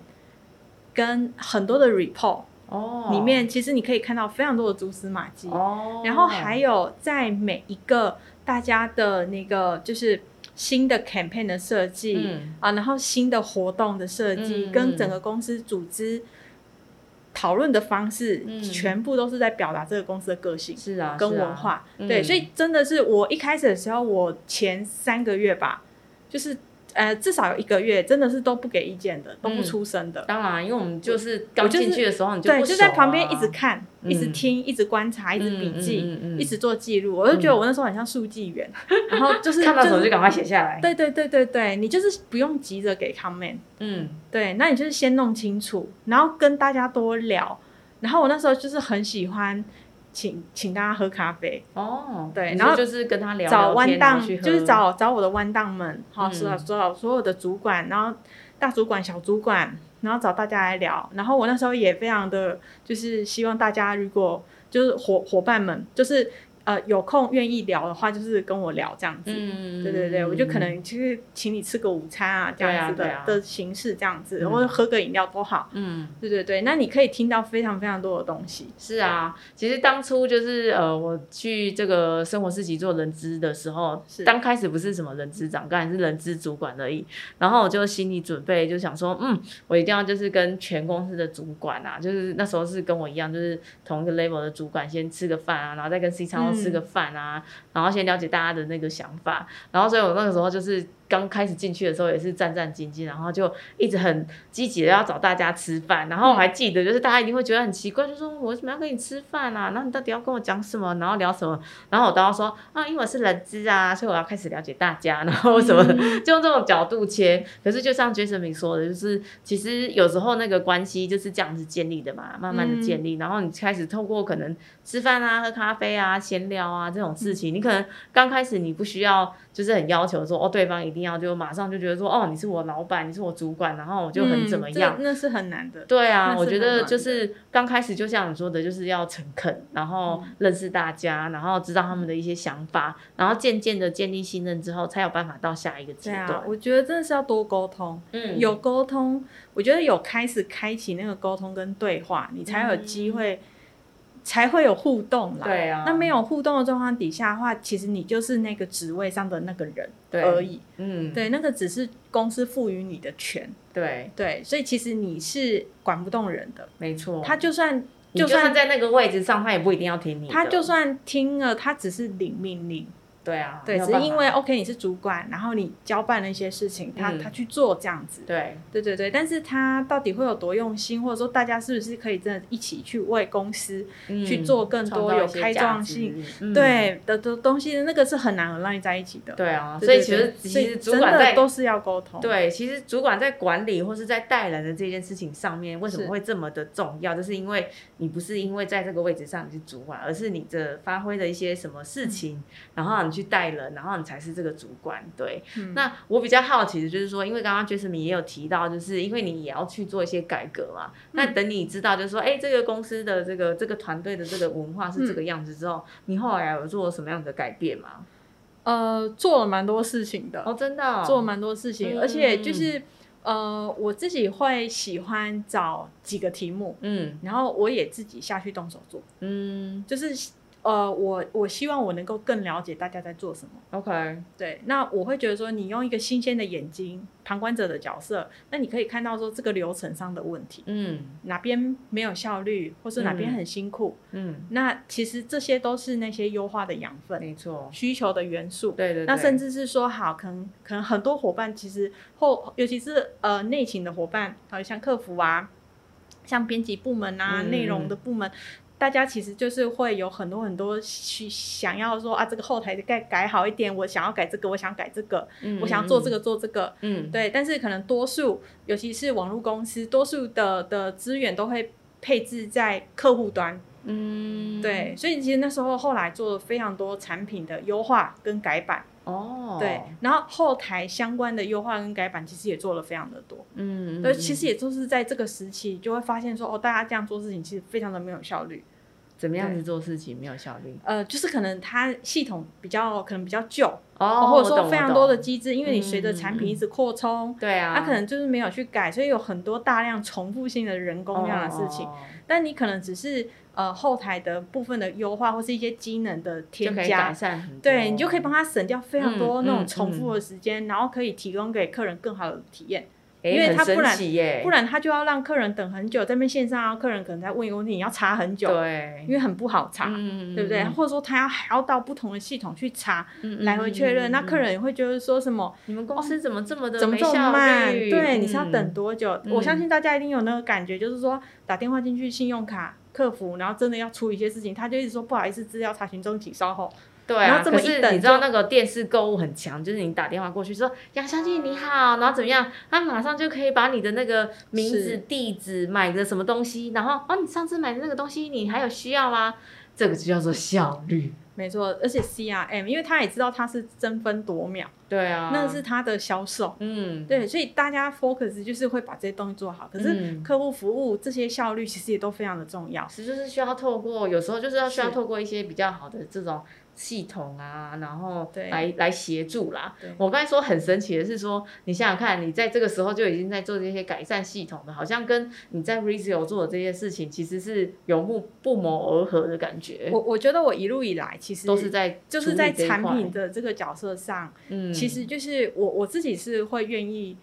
Speaker 2: 跟很多的 report
Speaker 1: 哦，
Speaker 2: 里面，其实你可以看到非常多的蛛丝马迹，
Speaker 1: 哦，
Speaker 2: 然后还有在每一个大家的那个就是新的 campaign 的设计、
Speaker 1: 嗯
Speaker 2: 啊，然后新的活动的设计、
Speaker 1: 嗯
Speaker 2: 跟整个公司组织讨论的方式，
Speaker 1: 嗯
Speaker 2: 全部都是在表达这个公司的个性。
Speaker 1: 是啊，
Speaker 2: 跟
Speaker 1: 是啊
Speaker 2: 文化。
Speaker 1: 嗯
Speaker 2: 对，所以真的是我一开始的时候，我前三个月吧，就是呃至少有一个月，真的是都不给意见的，都不出声的。
Speaker 1: 当然，因为我们就是刚进去的时候，你
Speaker 2: 对，
Speaker 1: 不
Speaker 2: 就
Speaker 1: 熟
Speaker 2: 在
Speaker 1: 啊
Speaker 2: 旁边一直看，
Speaker 1: 嗯
Speaker 2: 一直听，一直观察，一直笔记，
Speaker 1: 嗯嗯嗯嗯
Speaker 2: 一直做记录。我就觉得我那时候很像速记员，然后就是
Speaker 1: 看到什么
Speaker 2: 是
Speaker 1: 就赶快写下来。
Speaker 2: 对对对对对，你就是不用急着给 comment，
Speaker 1: 嗯，
Speaker 2: 对，那你就是先弄清楚，然后跟大家多聊。然后我那时候就是很喜欢请请大家喝咖啡，
Speaker 1: 哦，
Speaker 2: 对
Speaker 1: 你
Speaker 2: 然后
Speaker 1: 说就是跟他聊
Speaker 2: 找
Speaker 1: 聊
Speaker 2: 弯
Speaker 1: 天然后
Speaker 2: 档，
Speaker 1: 去喝
Speaker 2: 就是找找我的弯档们，好，啊
Speaker 1: 嗯
Speaker 2: 所所所有的主管，然后大主管、小主管，然后找大家来聊。然后我那时候也非常的，就是希望大家如果就是伙伙伴们，就是呃有空愿意聊的话，就是跟我聊这样子。
Speaker 1: 嗯，
Speaker 2: 对对对，我就可能就是请你吃个午餐啊，这样子的、
Speaker 1: 对啊对啊
Speaker 2: 的形式，这样子，
Speaker 1: 嗯
Speaker 2: 或者喝个饮料都好。
Speaker 1: 嗯。
Speaker 2: 对对对，那你可以听到非常非常多的东西。
Speaker 1: 是啊，其实当初就是呃，我去这个生活市集做人资的时候
Speaker 2: 是，
Speaker 1: 刚开始不是什么人资长官，是人资主管而已。然后我就心理准备，就想说，嗯，我一定要就是跟全公司的主管啊，就是那时候是跟我一样，就是同一个 level 的主管先吃个饭啊，然后再跟 C 超
Speaker 2: 嗯
Speaker 1: 吃个饭啊，然后先了解大家的那个想法。然后所以我那个时候就是刚开始进去的时候也是战战兢兢，然后就一直很积极的要找大家吃饭，然后我还记得，就是大家一定会觉得很奇怪，就说我为什么要跟你吃饭啊？然后你到底要跟我讲什么？然后聊什么？然后我都要说啊，因为我是人资啊，所以我要开始了解大家， 然后什么的，就用这种角度切。可是就像 Jason 明说的，就是其实有时候那个关系就是这样子建立的嘛，慢慢的建立，然后你开始透过可能吃饭啊、喝咖啡啊、闲聊啊这种事
Speaker 2: 嗯
Speaker 1: 情，你可能刚开始你不需要就是很要求说哦，对方一定要就马上就觉得说哦，你是我老板，你是我主管，然后我就很怎么样。
Speaker 2: 嗯这那是很难的。
Speaker 1: 对啊，
Speaker 2: 那
Speaker 1: 我
Speaker 2: 是
Speaker 1: 觉
Speaker 2: 很
Speaker 1: 得
Speaker 2: 难
Speaker 1: 就是刚开始就像你说的，就是要诚恳，然后认识大家，然后知道他们的一些想法，然后渐渐的建立信任之后，才有办法到下一个阶
Speaker 2: 对啊
Speaker 1: 段，。
Speaker 2: 我觉得真的是要多沟通。
Speaker 1: 嗯，
Speaker 2: 有沟通，我觉得有开始开启那个沟通跟对话，你才有机会，才会有互动啦。
Speaker 1: 嗯对啊，
Speaker 2: 那没有互动的状况底下的话，其实你就是那个职位上的那个人
Speaker 1: 对
Speaker 2: 而已。
Speaker 1: 嗯，
Speaker 2: 对，那个只是公司赋予你的权。
Speaker 1: 对，
Speaker 2: 对，所以其实你是管不动人的。
Speaker 1: 没错。
Speaker 2: 他就算
Speaker 1: 哦你就
Speaker 2: 算
Speaker 1: 算在那个位置上，他也不一定要听你的。
Speaker 2: 他就算听了，他只是领命令，
Speaker 1: 对啊，
Speaker 2: 对，
Speaker 1: 没有
Speaker 2: 只是
Speaker 1: 办法
Speaker 2: 因为 OK 你是主管，然后你交办了一些事情，他、
Speaker 1: 嗯
Speaker 2: 他去做这样子，
Speaker 1: 对
Speaker 2: 对对对，但是他到底会有多用心，或者说大家是不是可以真的一起去为公司、去做更多有开创性、，
Speaker 1: 嗯、
Speaker 2: 对的的东西，那个是很难赖在一起的。
Speaker 1: 对啊，所
Speaker 2: 对
Speaker 1: 以其实
Speaker 2: 对
Speaker 1: 其实
Speaker 2: 所
Speaker 1: 主
Speaker 2: 以
Speaker 1: 管
Speaker 2: 真的
Speaker 1: 在
Speaker 2: 都是要沟通。
Speaker 1: 对，其实主管在管理或是在带人的这件事情上面，为什么
Speaker 2: 是
Speaker 1: 会这么的重要？就是因为你不是因为在这个位置上你是主管，而是你的发挥的一些什么事情，然后你去带人，然后你才是这个主管。对，
Speaker 2: 嗯，
Speaker 1: 那我比较好奇的就是说，因为刚刚 Jasmine 也有提到，就是因为你也要去做一些改革嘛。那等你知道，就是说，哎、这个公司的这个这个团队的这个文化是这个样子之后，你后来有做什么样的改变吗？
Speaker 2: 呃，做了蛮多事情的，
Speaker 1: 哦，真的哦、
Speaker 2: 做了蛮多事情，
Speaker 1: 嗯
Speaker 2: 而且就是呃，我自己会喜欢找几个题目，
Speaker 1: 嗯
Speaker 2: 然后我也自己下去动手做，
Speaker 1: 嗯
Speaker 2: 就是呃，我我希望我能够更了解大家在做什么。
Speaker 1: ，OK，
Speaker 2: 对，那我会觉得说，你用一个新鲜的眼睛，旁观者的角色，那你可以看到说这个流程上的问题，
Speaker 1: 嗯
Speaker 2: 哪边没有效率，或是哪
Speaker 1: 嗯
Speaker 2: 边很辛苦。
Speaker 1: 嗯，
Speaker 2: 那其实这些都是那些优化的养分、
Speaker 1: 没错，
Speaker 2: 需求的元素。
Speaker 1: 对对对，
Speaker 2: 那甚
Speaker 1: 至
Speaker 2: 至是说，好，可能可能很多伙伴其实后，尤其是呃内勤的伙伴，还有像客服啊，像编辑部门啊、
Speaker 1: 嗯
Speaker 2: 内容的部门，大家其实就是会有很多很多需想要说啊，这个后台该改好一点，我想要改这个，我想要改这个，我想要做这，个做这个，
Speaker 1: 嗯，
Speaker 2: 对。但是可能多数，尤其是网络公司，多数的的资源都会配置在客户端，
Speaker 1: 嗯，
Speaker 2: 对。所以其实那时候后来做了非常多产品的优化跟改版。
Speaker 1: 哦，
Speaker 2: 对，然后后台相关的优化跟改版其实也做了非常的多，
Speaker 1: 嗯，嗯，
Speaker 2: 对，其实
Speaker 1: 嗯
Speaker 2: 也就是在这个时期就会发现说，哦，大家这样做事情其实非常的没有效率，
Speaker 1: 怎么样子做事情没有效率，
Speaker 2: 呃，就是可能它系统比较可能比较旧，
Speaker 1: 哦
Speaker 2: 或者
Speaker 1: 我
Speaker 2: 说
Speaker 1: 懂
Speaker 2: 非常
Speaker 1: 我
Speaker 2: 多的
Speaker 1: 懂
Speaker 2: 机制，因为你随着产品一直扩充，
Speaker 1: 对啊，
Speaker 2: 它、可能就是没有去改，所以有很多大量重复性的人工量的事情，
Speaker 1: 哦
Speaker 2: 但你可能只是呃后台的部分的优化或是一些机能的
Speaker 1: 就
Speaker 2: 添
Speaker 1: 可以
Speaker 2: 加
Speaker 1: 改，善很多，
Speaker 2: 对你就可以帮他省掉非常多
Speaker 1: 哦嗯
Speaker 2: 那种
Speaker 1: 嗯
Speaker 2: 重复的时间，然后可以提供给客人更好的体验。
Speaker 1: 诶，
Speaker 2: 因为
Speaker 1: 很
Speaker 2: 他不
Speaker 1: 神
Speaker 2: 然
Speaker 1: 奇耶，
Speaker 2: 不然他就要让客人等很久，在那边线上啊，客人可能在问一个问题，你要查很久，
Speaker 1: 对，
Speaker 2: 因为很不好查，
Speaker 1: 嗯
Speaker 2: 对不对？？或者说他要还要到不同的系统去查，
Speaker 1: 嗯
Speaker 2: 来回确认，那
Speaker 1: 嗯嗯
Speaker 2: 客。
Speaker 1: 嗯嗯
Speaker 2: 人也会觉得说什么
Speaker 1: 你们公司怎么这么的
Speaker 2: 怎么
Speaker 1: 没
Speaker 2: 这么
Speaker 1: 效
Speaker 2: 慢？
Speaker 1: 率
Speaker 2: 对，你是要等
Speaker 1: 嗯
Speaker 2: 多久？
Speaker 1: 嗯
Speaker 2: 我相信大家一定有那个感觉，就是说打电话进去信用卡。客服，然后真的要出一些事情，他就一直说不好意思，资料查询中，请稍后。
Speaker 1: 对
Speaker 2: 然
Speaker 1: 啊，
Speaker 2: 后这么
Speaker 1: 可是
Speaker 2: 一等
Speaker 1: 你知道那个电视购物很强，就是你打电话过去说杨小姐你好，然后怎么样，他马上就可以把你的那个名字
Speaker 2: 是、
Speaker 1: 地址、买的什么东西，然后哦，你上次买的那个东西你还有需要吗？这个就叫做效率。
Speaker 2: 没错，而且 CRM，因为他也知道他是争分夺秒，
Speaker 1: 对啊，
Speaker 2: 那是他的销售。
Speaker 1: 嗯，
Speaker 2: 对，所以大家 focus 就是会把这些东西做好，可是
Speaker 1: 嗯
Speaker 2: 客户服务这些效率其实也都非常的重要。
Speaker 1: 是就是需要透过，有时候就是要需要
Speaker 2: 是
Speaker 1: 透过一些比较好的这种系统啊，然后
Speaker 2: 对
Speaker 1: 来来协助啦
Speaker 2: 对。
Speaker 1: 我刚才说很神奇的是说，你想想看，你在这个时候就已经在做这些改善系统的，好像跟你在 Rezio 做的这些事情其实是有目不谋而合的感觉，
Speaker 2: 我我觉得我一路以来其实
Speaker 1: 都是在
Speaker 2: 就是在
Speaker 1: 处理这一
Speaker 2: 产
Speaker 1: 块
Speaker 2: 品，的这个角色上，
Speaker 1: 嗯，
Speaker 2: 其实就是我我自己是会愿意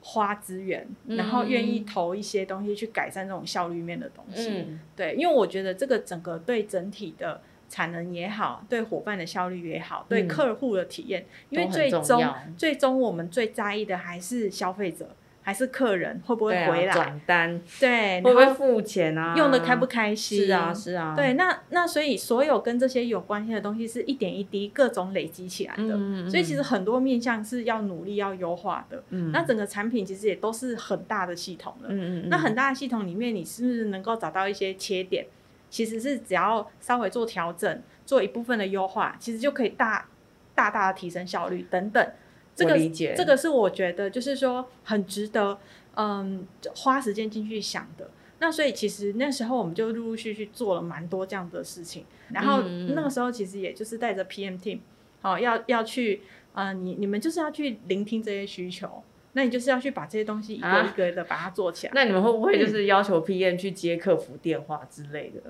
Speaker 2: 花资源，
Speaker 1: 嗯
Speaker 2: 然后愿意投一些东西去改善这种效率面的东西。
Speaker 1: 嗯
Speaker 2: 对，因为我觉得这个整个对整体的。产能也好，对伙伴的效率也好，对
Speaker 1: 嗯
Speaker 2: 客户的体验，因为
Speaker 1: 都很
Speaker 2: 最
Speaker 1: 重
Speaker 2: 终
Speaker 1: 要
Speaker 2: 最终我们最在意的还是消费者，还是客人会不会
Speaker 1: 对啊
Speaker 2: 回来，哎
Speaker 1: 转单
Speaker 2: 对，
Speaker 1: 会不
Speaker 2: 然
Speaker 1: 会
Speaker 2: 后
Speaker 1: 付钱啊？
Speaker 2: 用的开不开心？
Speaker 1: 是啊，是啊，
Speaker 2: 对，那那所以所有跟这些有关系的东西是一点一滴各种累积起来的，
Speaker 1: 嗯，嗯
Speaker 2: 所以其实很多面向是要努力要优化的。
Speaker 1: 嗯
Speaker 2: 那整个产品其实也都是很大的系统了，
Speaker 1: 嗯嗯嗯
Speaker 2: 那很大的系统里面，你是不是能够找到一些切点？其实是只要稍微做调整，做一部分的优化，其实就可以大大大的提升效率等等。这
Speaker 1: 我
Speaker 2: 个
Speaker 1: 理解
Speaker 2: 这个是我觉得就是说很值得，嗯，花时间进去想的。那所以其实那时候我们就陆陆续续做了蛮多这样的事情，然后
Speaker 1: 嗯嗯嗯
Speaker 2: 那个时候其实也就是带着 PM team，好、要要去，呃，你你们就是要去聆听这些需求，那你就是要去把这些东西一个
Speaker 1: 啊
Speaker 2: 一个的把它做起来。
Speaker 1: 那你们会不会就是要求 PM 去接客服电话之类的？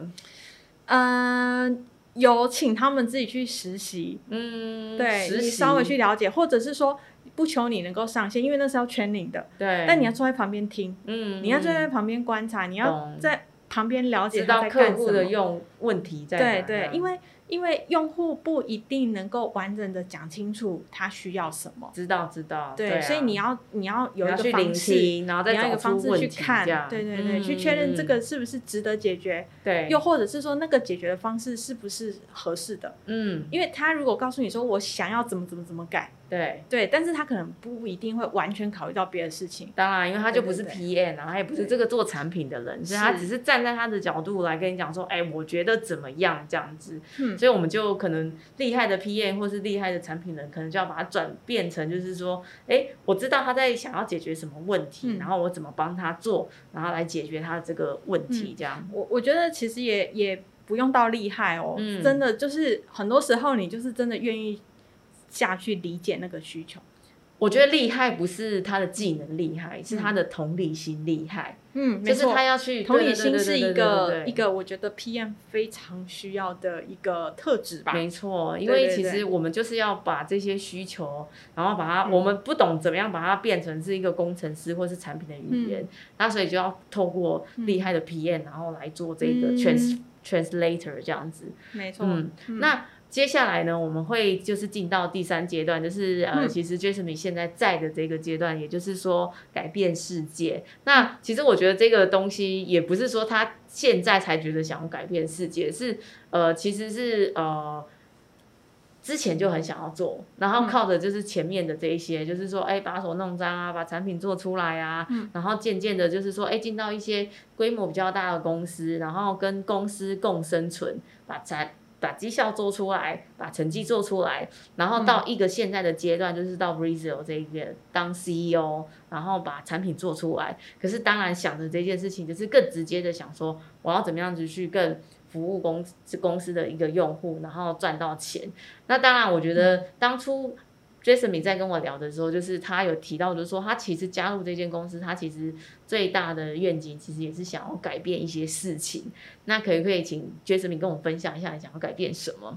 Speaker 1: 呃
Speaker 2: 嗯，有请他们自己去实习，
Speaker 1: 嗯，
Speaker 2: 对
Speaker 1: 实
Speaker 2: 你
Speaker 1: 习
Speaker 2: 稍微去了解，或者是说不求你能够上线，因为那是要圈领的，
Speaker 1: 对，
Speaker 2: 但你要坐在旁边听，
Speaker 1: 嗯，
Speaker 2: 你要坐在旁边观察，你要
Speaker 1: 懂
Speaker 2: 在旁边了解
Speaker 1: 知
Speaker 2: 他
Speaker 1: 道
Speaker 2: 在
Speaker 1: 客
Speaker 2: 干什
Speaker 1: 户的
Speaker 2: 么。
Speaker 1: 用问题在哪
Speaker 2: 对对，因
Speaker 1: 为
Speaker 2: 为因为用户不一定能够完整的讲清楚他需要什么，
Speaker 1: 知道知道，
Speaker 2: 对，
Speaker 1: 啊
Speaker 2: 所以你要你要有
Speaker 1: 你
Speaker 2: 一
Speaker 1: 要
Speaker 2: 个
Speaker 1: 去聆
Speaker 2: 方式。
Speaker 1: 听，然后再
Speaker 2: 你要
Speaker 1: 找
Speaker 2: 一个
Speaker 1: 出
Speaker 2: 方式
Speaker 1: 问
Speaker 2: 去
Speaker 1: 题
Speaker 2: 看
Speaker 1: 这，样
Speaker 2: 对对对，
Speaker 1: 嗯
Speaker 2: 去确认这
Speaker 1: 嗯
Speaker 2: 个是不是值得解决，
Speaker 1: 对，
Speaker 2: 又或者是说那个解决的方式是不是合适的？
Speaker 1: 嗯
Speaker 2: 因为他如果告诉你说我想要怎么怎么怎么改，
Speaker 1: 对。
Speaker 2: 对，但是他可能不一定会完全考虑到别的事情。
Speaker 1: 当然，因为他就不是
Speaker 2: 对
Speaker 1: PM，然后他也不是这个做产品的人，所以
Speaker 2: 是
Speaker 1: 他只是站在他的角度来跟你讲说，哎，我觉得怎么样这样子，
Speaker 2: 嗯
Speaker 1: 所以我们就可能厉害的 PM 或是厉害的产品人，可能就要把它转变成就是说，哎，我知道他在想要解决什么问题，
Speaker 2: 嗯
Speaker 1: 然后我怎么帮他做，然后来解决他的这个问
Speaker 2: 嗯
Speaker 1: 题，这样，
Speaker 2: 我我觉得其实也也不用到厉害哦，
Speaker 1: 嗯
Speaker 2: 真的就是很多时候你就是真的愿意下去理解那个需求。
Speaker 1: 我觉得厉害不是他的技能厉害，是他的同理心厉害，
Speaker 2: 嗯，没
Speaker 1: 就是
Speaker 2: 错
Speaker 1: 他。要去
Speaker 2: 同
Speaker 1: 对
Speaker 2: 理
Speaker 1: 对对
Speaker 2: 心
Speaker 1: 对
Speaker 2: 是
Speaker 1: 对
Speaker 2: 一
Speaker 1: 对
Speaker 2: 个
Speaker 1: 对
Speaker 2: 一个我觉得 PM 非常需要的一个特质吧。
Speaker 1: 没错，因
Speaker 2: 对
Speaker 1: 为
Speaker 2: 对
Speaker 1: 其
Speaker 2: 对嗯
Speaker 1: 实我们就是要把这些需求，然后把它，我们不懂怎么样把它变成是一个工程师或是产品的语
Speaker 2: 嗯
Speaker 1: 言，那所以就要透过厉害的 PM，、然后来做这个
Speaker 2: 嗯
Speaker 1: trans、translator 这样子。
Speaker 2: 没错，
Speaker 1: 嗯，
Speaker 2: 嗯
Speaker 1: 那。接下来呢，我们会就是进到第三阶段，就是呃，
Speaker 2: 嗯
Speaker 1: 其实 Jasmine 现在在的这个阶段，也就是说改变世界。那其实我觉得这个东西也不是说他现在才觉得想要改变世界，是呃，其实是呃。之前就很想要做，然后
Speaker 2: 嗯
Speaker 1: 靠着就是前面的这一些，就是说，哎，把手弄脏啊，把产品做出来啊，
Speaker 2: 嗯
Speaker 1: 然后渐渐的，就是说，哎，进到一些规模比较大的公司，然后跟公司共生存，把产把绩效做出来，把成绩做出来，然后
Speaker 2: 嗯
Speaker 1: 到一个现在的阶段，就是到 Brazil 这一个当 CEO，然后把产品做出来。可是当然想着这件事情，就是更直接的想说，我要怎么样子去更服务公司公司的一个用户，然后赚到钱。那当然，我觉
Speaker 2: 嗯
Speaker 1: 得当初 Jasmine 在跟我聊的时候，就是他有提到，就是说他其实加入这间公司，他其实最大的愿景其实也是想要改变一些事情。那可以可以请 Jasmine 跟我分享一下，你想要改变什么？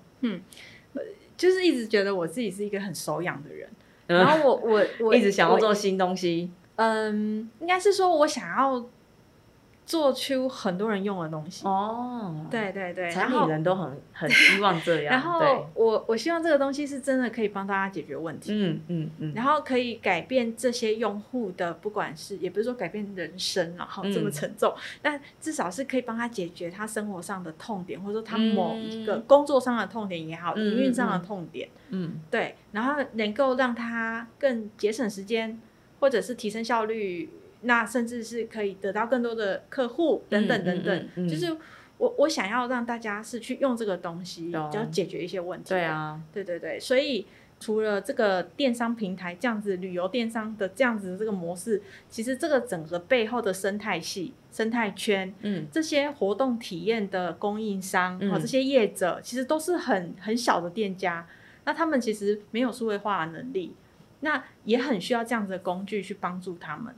Speaker 2: 就是一直觉得我自己是一个很手痒的人，
Speaker 1: 嗯
Speaker 2: 然后我我我
Speaker 1: 一直想要
Speaker 2: 我
Speaker 1: 做新东西，
Speaker 2: 嗯，应该是说我想要做出很多人用的东西。
Speaker 1: 哦，，
Speaker 2: 对对对，
Speaker 1: 产
Speaker 2: 然
Speaker 1: 品
Speaker 2: 后
Speaker 1: 人都 很很希望这样，
Speaker 2: 然
Speaker 1: 对
Speaker 2: 后，我我希望这个东西是真的可以帮大家解决问题，
Speaker 1: 嗯嗯嗯，
Speaker 2: 然后可以改变这些用户的，不管是也不是说改变人生啊，然后
Speaker 1: 嗯
Speaker 2: 这么沉重，但至少是可以帮他解决他生活上的痛点，或者说他
Speaker 1: 嗯
Speaker 2: 某一个工作上的痛点也好，
Speaker 1: 嗯
Speaker 2: 营运上的痛点，
Speaker 1: 嗯
Speaker 2: 对，然后能够让他更节省时间，或者是提升效率，那甚至是可以得到更多的客户等等等等，
Speaker 1: 嗯嗯嗯嗯
Speaker 2: 就是我我想要让大家是去用这个东西，
Speaker 1: 懂
Speaker 2: 就要解决一些问题。
Speaker 1: 对，啊，
Speaker 2: 对对对，所以除了这个电商平台这样子，旅游电商的这样子的这个模式，其实这个整个背后的生态系、生态圈。
Speaker 1: 嗯
Speaker 2: 这些活动体验的供应商，
Speaker 1: 嗯
Speaker 2: 哦，这些业者其实都是很很小的店家，那他们其实没有数位化的能力，那也很需要这样子的工具去帮助他们，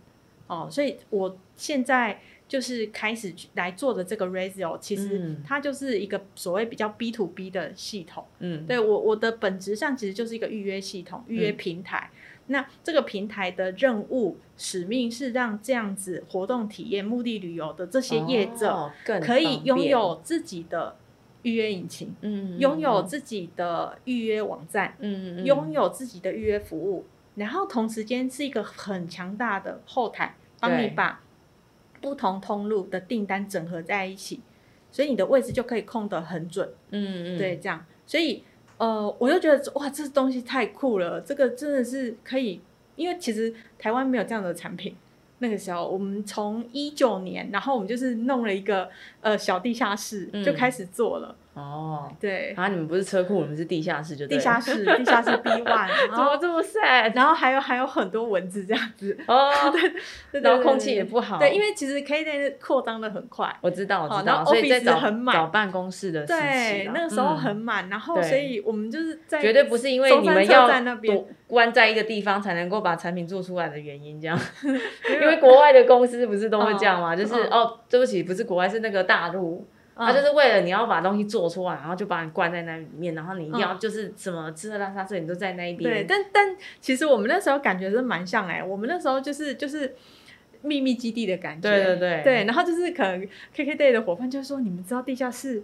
Speaker 2: 哦，所以我现在就是开始去来做的这个 Razio，其实
Speaker 1: 嗯
Speaker 2: 它就是一个所谓比较 B to B 的系统。
Speaker 1: 嗯，
Speaker 2: 对我我的本质上其实就是一个预约系统、预约平台。那这个平台的任务使命是让这样子活动体验、目的旅游的这些业者
Speaker 1: 哦更
Speaker 2: 可以
Speaker 1: 方便
Speaker 2: 拥有自己的预约引擎，
Speaker 1: 嗯
Speaker 2: 拥有自己的预约网站，
Speaker 1: 嗯
Speaker 2: 拥有自己的预约服务，然后同时间是一个很强大的后台，帮你
Speaker 1: 对
Speaker 2: 把不同通路的订单整合在一起，所以你的位置就可以控得很准。
Speaker 1: 嗯嗯
Speaker 2: 对，这样，所以呃，我就觉得哇，这东西太酷了，这个真的是可以，因为其实台湾没有这样的产品。那个时候，我们从一九年，然后我们就是弄了一个呃小地下室，
Speaker 1: 嗯
Speaker 2: 就开始做了。
Speaker 1: 哦，
Speaker 2: 对，
Speaker 1: 啊，你们不是车库，你们是地下室，就对
Speaker 2: 地
Speaker 1: 了
Speaker 2: 下室，哦地下室 B one，
Speaker 1: 怎
Speaker 2: 然
Speaker 1: 么
Speaker 2: 后
Speaker 1: 这么 sad
Speaker 2: 然后还有还有很多蚊子这样子，
Speaker 1: 哦，
Speaker 2: 对对
Speaker 1: 然后
Speaker 2: 对
Speaker 1: 空
Speaker 2: 对
Speaker 1: 气也不好，
Speaker 2: 对，因为其实 K Day 扩张的很快，
Speaker 1: 我知道我
Speaker 2: 好
Speaker 1: 知
Speaker 2: 然
Speaker 1: 道，
Speaker 2: 后
Speaker 1: 所以在
Speaker 2: office
Speaker 1: 找
Speaker 2: 很满
Speaker 1: 找办公室的事情
Speaker 2: 对
Speaker 1: 啊，，
Speaker 2: 那个时候
Speaker 1: 嗯
Speaker 2: 很满，然后
Speaker 1: 对
Speaker 2: 所以我们就是在
Speaker 1: 绝对不是因为
Speaker 2: 松
Speaker 1: 你
Speaker 2: 山
Speaker 1: 们
Speaker 2: 车
Speaker 1: 要
Speaker 2: 站那边
Speaker 1: 躲关在一个地方才能够把产品做出来的原因，这 样，
Speaker 2: 没有
Speaker 1: 因为国外的公司不是都会这样吗？
Speaker 2: 嗯
Speaker 1: 就是
Speaker 2: 嗯
Speaker 1: 哦，对不起，不是国外，是那个大陆，他就是为了你要把东西做出来，然后就把你关在那里面，然后你一定要就是什么吃喝拉撒睡，你都在那一
Speaker 2: 嗯对，
Speaker 1: 边。
Speaker 2: 但但其实我们那时候感觉是蛮像哎、我们那时候就是就是秘密基地的感觉，
Speaker 1: 对对对
Speaker 2: 对，然后就是可能 KK day 的伙伴就说，你们知道地下室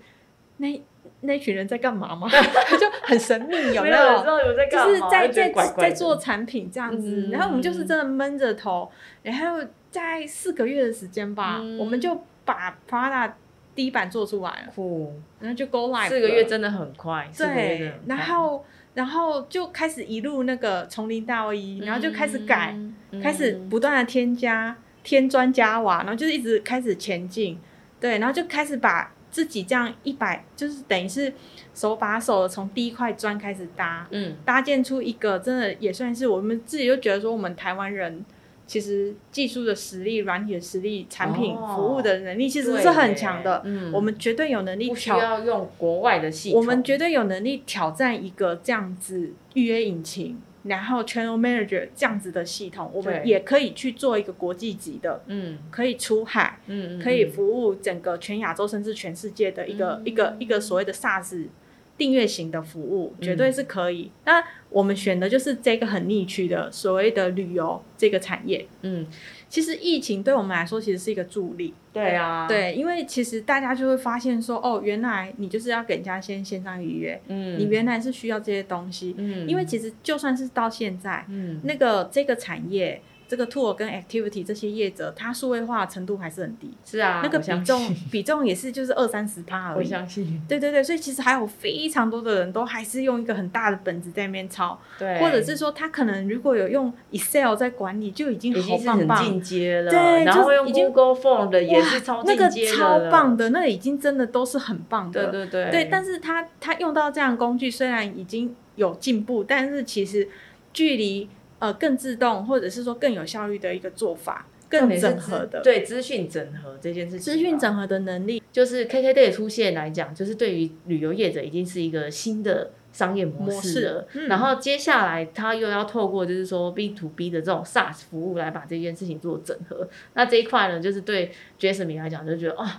Speaker 2: 那那群人在干嘛吗？ 就很神秘，有没有？
Speaker 1: 知道有在
Speaker 2: 就是在在
Speaker 1: 怪怪
Speaker 2: 在做产品这样子，
Speaker 1: 嗯
Speaker 2: 然后我们就是真的闷着头，然后在四个月的时间吧，
Speaker 1: 嗯
Speaker 2: 我们就把 Prada 第一版做出来了，
Speaker 1: 酷，
Speaker 2: 然后就 Go Live
Speaker 1: 四个月
Speaker 2: 了
Speaker 1: 真的很快，四个月真的嗯
Speaker 2: 对
Speaker 1: 很，快
Speaker 2: 然后然后就开始一路那个从零到一，然后就开始改，
Speaker 1: 嗯
Speaker 2: 开始不断的添加添砖加瓦，然后就是一直开始前进，对，然后就开始把自己这样一百，就是等于是手把手的从第一块砖开始搭，
Speaker 1: 嗯
Speaker 2: 搭建出一个真的也算是我们自己就觉得说我们台湾人。其实技术的实力、软体的实力、产品
Speaker 1: 哦
Speaker 2: 服务的能力其实
Speaker 1: 对
Speaker 2: 是很强的，
Speaker 1: 嗯
Speaker 2: 我们绝对有能力
Speaker 1: 不需
Speaker 2: 挑
Speaker 1: 要用国外的系统，
Speaker 2: 我们绝对有能力挑战一个这样子预约引擎，然后 Channel Manager 这样子的系统，我们
Speaker 1: 对
Speaker 2: 也可以去做一个国际级的，
Speaker 1: 嗯
Speaker 2: 可以出海，
Speaker 1: 嗯嗯
Speaker 2: 可以
Speaker 1: 嗯
Speaker 2: 服务整个全亚洲甚至全世界的一个、
Speaker 1: 嗯
Speaker 2: 一个一个所谓的 SaaS 订阅型的服务，
Speaker 1: 嗯
Speaker 2: 绝对是可以。那我们选的就是这个很逆区的所谓的旅游这个产业。
Speaker 1: 嗯
Speaker 2: 其实疫情对我们来说其实是一个助力，
Speaker 1: 对啊
Speaker 2: 对，因为其实大家就会发现说，哦，原来你就是要给人家先线上预约，
Speaker 1: 嗯
Speaker 2: 你原来是需要这些东西，
Speaker 1: 嗯
Speaker 2: 因为其实就算是到现在，
Speaker 1: 嗯
Speaker 2: 那个这个产业、这个 tour 跟 activity 这些业者，它数位化程度还是很低，
Speaker 1: 是啊
Speaker 2: 那个
Speaker 1: 我
Speaker 2: 比
Speaker 1: 相
Speaker 2: 重
Speaker 1: 信
Speaker 2: 比重也是就是二三十趴而
Speaker 1: 我
Speaker 2: 已。
Speaker 1: 相信
Speaker 2: 对对对，所以其实还有非常多的人都还是用一个很大的本子在那边抄，
Speaker 1: 对，
Speaker 2: 或者是说他可能如果有用 Excel 在管理，就已经
Speaker 1: 已
Speaker 2: 好
Speaker 1: 经是
Speaker 2: 棒
Speaker 1: 很
Speaker 2: 棒。
Speaker 1: 进阶了，
Speaker 2: 对
Speaker 1: 然后
Speaker 2: 就是
Speaker 1: 用
Speaker 2: 已经
Speaker 1: Google Form 的也是超
Speaker 2: 那
Speaker 1: 进
Speaker 2: 个
Speaker 1: 阶的
Speaker 2: 超
Speaker 1: 了
Speaker 2: 棒，的，那已经真的都是很棒的。
Speaker 1: 对对对
Speaker 2: 对，但是他他用到这样的工具，虽然已经有进步，但是其实距离呃更自动或者是说更有效率的一个做法，
Speaker 1: 重
Speaker 2: 更
Speaker 1: 点是
Speaker 2: 整
Speaker 1: 资
Speaker 2: 合的
Speaker 1: 对资讯整合这件事情吧，
Speaker 2: 资讯整合的能力
Speaker 1: 就是 KKday 的出现来讲，就是对于旅游业者已经是一个新的商业模式了。
Speaker 2: 模式嗯
Speaker 1: 然后接下来他又要透过就是说 B to B 的这种 SaaS 服务来把这件事情做整合。那这一块呢，就是对 Jasmine 来讲就觉得啊。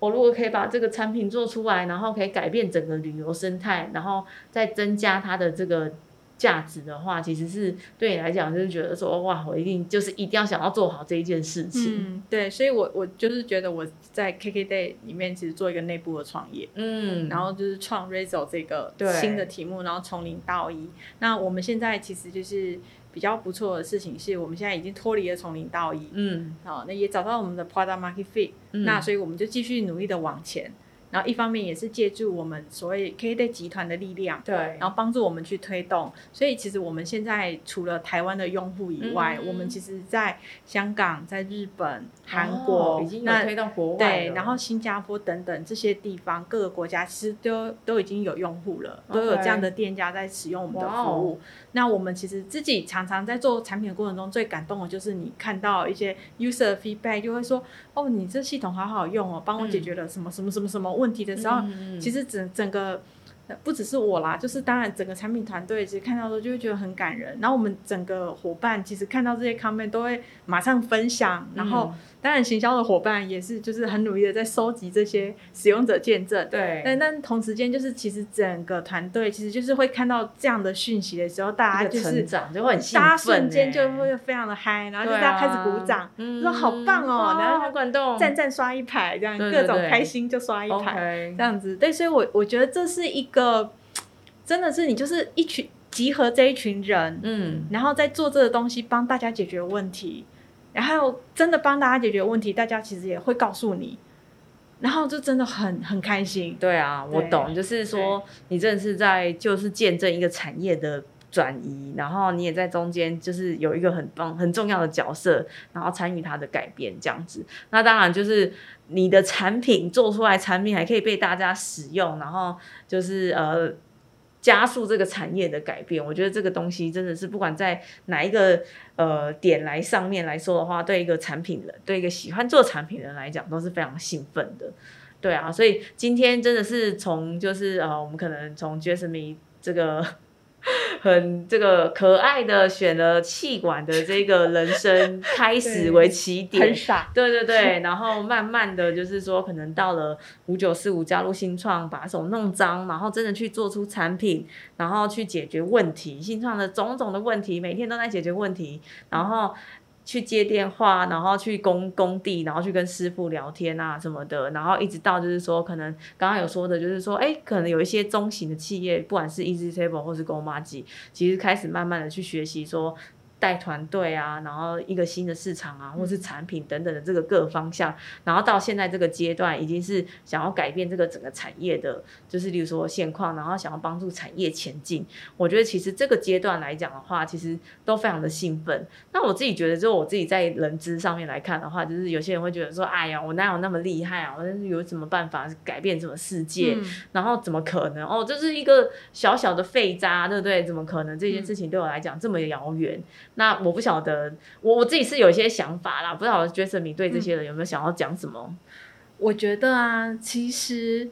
Speaker 1: 我如果可以把这个产品做出来，然后可以改变整个旅游生态，然后再增加它的这个价值的话，其实是对你来讲就是觉得说，哇，我一定就是一定要想要做好这一件事情。
Speaker 2: 嗯，对，所以我我就是觉得我在 KKday 里面其实做一个内部的创业，
Speaker 1: 嗯，
Speaker 2: 然后就是创 Razo 这个
Speaker 1: 对
Speaker 2: 新的题目，然后从零到一。那我们现在其实就是比较不错的事情是，我们现在已经脱离了从零到一，
Speaker 1: 嗯，
Speaker 2: 好，那也找到我们的 product market fit，、
Speaker 1: 嗯
Speaker 2: 那所以我们就继续努力的往前，然后一方面也是借助我们所谓 K d 集团的力量，
Speaker 1: 对，
Speaker 2: 然后帮助我们去推动。所以其实我们现在除了台湾的用户以外，
Speaker 1: 嗯
Speaker 2: 我们其实在香港、在日本、韩
Speaker 1: 哦
Speaker 2: 国、
Speaker 1: 已经有
Speaker 2: 那
Speaker 1: 推到国外
Speaker 2: 对
Speaker 1: 了，
Speaker 2: 然后新加坡等等这些地方，各个国家其实都都已经有用户了，都有
Speaker 1: OK
Speaker 2: 这样的店家在使用我们的
Speaker 1: 哇哦
Speaker 2: 服务。那我们其实自己常常在做产品的过程中，最感动的就是你看到一些 user feedback，就会说：“哦，你这系统好好用哦，帮我
Speaker 1: 嗯
Speaker 2: 解决了什么什么什么什么问题的时候，其
Speaker 1: 实
Speaker 2: 实整整个。呃不只是我啦，就是当然整个产品团队其实看到的时候就会觉得很感人，然后我们整个伙伴其实看到这些 comment 都会马上分享，然后当然，行销的伙伴也是就是很努力的在收集这些使用者见证。
Speaker 1: 嗯对，
Speaker 2: 但但同时间就是，其实整个团队其实就是会看到这样的讯息的时候，大
Speaker 1: 一
Speaker 2: 家
Speaker 1: 个
Speaker 2: 就
Speaker 1: 成
Speaker 2: 是
Speaker 1: 长就会很兴
Speaker 2: 大家
Speaker 1: 奋，欸啊
Speaker 2: 瞬间就，会非常的嗨，然后就大家开始鼓掌，，
Speaker 1: 嗯
Speaker 2: 说好棒哦然后
Speaker 1: 好感动，
Speaker 2: 赞赞刷一排，这
Speaker 1: 嗯
Speaker 2: 样
Speaker 1: 对对
Speaker 2: 各种
Speaker 1: 对
Speaker 2: 开心就刷一排，
Speaker 1: OK，
Speaker 2: 这样子。对，所以我我觉得这是一个，真的是你就是一群集合这一群人，
Speaker 1: 嗯，
Speaker 2: 然后再做这个东西帮大家解决问题，然后真的帮大家解决问题，大家其实也会告诉你，然后就真的很很开心。
Speaker 1: 对啊，我
Speaker 2: 对
Speaker 1: 懂，就是说你真的是在就是见证一个产业的。转移，然后你也在中间，就是有一个很棒、很重要的角色，然后参与它的改变，这样子。那当然就是你的产品做出来，产品还可以被大家使用，然后就是呃加速这个产业的改变。我觉得这个东西真的是不管在哪一个呃点来上面来说的话，对一个产品人，对一个喜欢做产品的人来讲，都是非常兴奋的。对啊，所以今天真的是从就是呃，我们可能从 Jasmine 这个很这个可爱的选了气管的这个人生开始
Speaker 2: 对
Speaker 1: 为起点，
Speaker 2: 很傻，
Speaker 1: 对对对，然后慢慢的就是说，可能到了五九四五加入新创，把手弄脏，然后真的去做出产品，然后去解决问题，新创的种种的问题，每天都在解决问题，然后。去接电话，然后去工工地，然后去跟师傅聊天啊什么的，然后一直到就是说，可能刚刚有说的，就是说，哎，可能有一些中型的企业，不管是 Easy Table 或是 Go m a g i 其实开始慢慢的去学习说。带团队啊，然后一个新的市场啊，或是产品等等的这个各方向，然后到现在这个阶段，已经是想要改变这个整个产业的，就是例如说现况，然后想要帮助产业前进。我觉得其实这个阶段来讲的话，其实都非常的兴奋。那我自己觉得，就我自己在人资上面来看的话，就是有些人会觉得说，哎呀，我哪有那么厉害啊？我有什么办法改变什么世界？
Speaker 2: 嗯
Speaker 1: 然后怎么可能？哦，这是一个小小的废渣，对不对？怎么可能
Speaker 2: 嗯
Speaker 1: 这件事情对我来讲这么遥远？那我不晓得，我我自己是有一些想法啦，不知道 Jason 你对这些人有没有想要讲什么？
Speaker 2: 我觉得啊，其实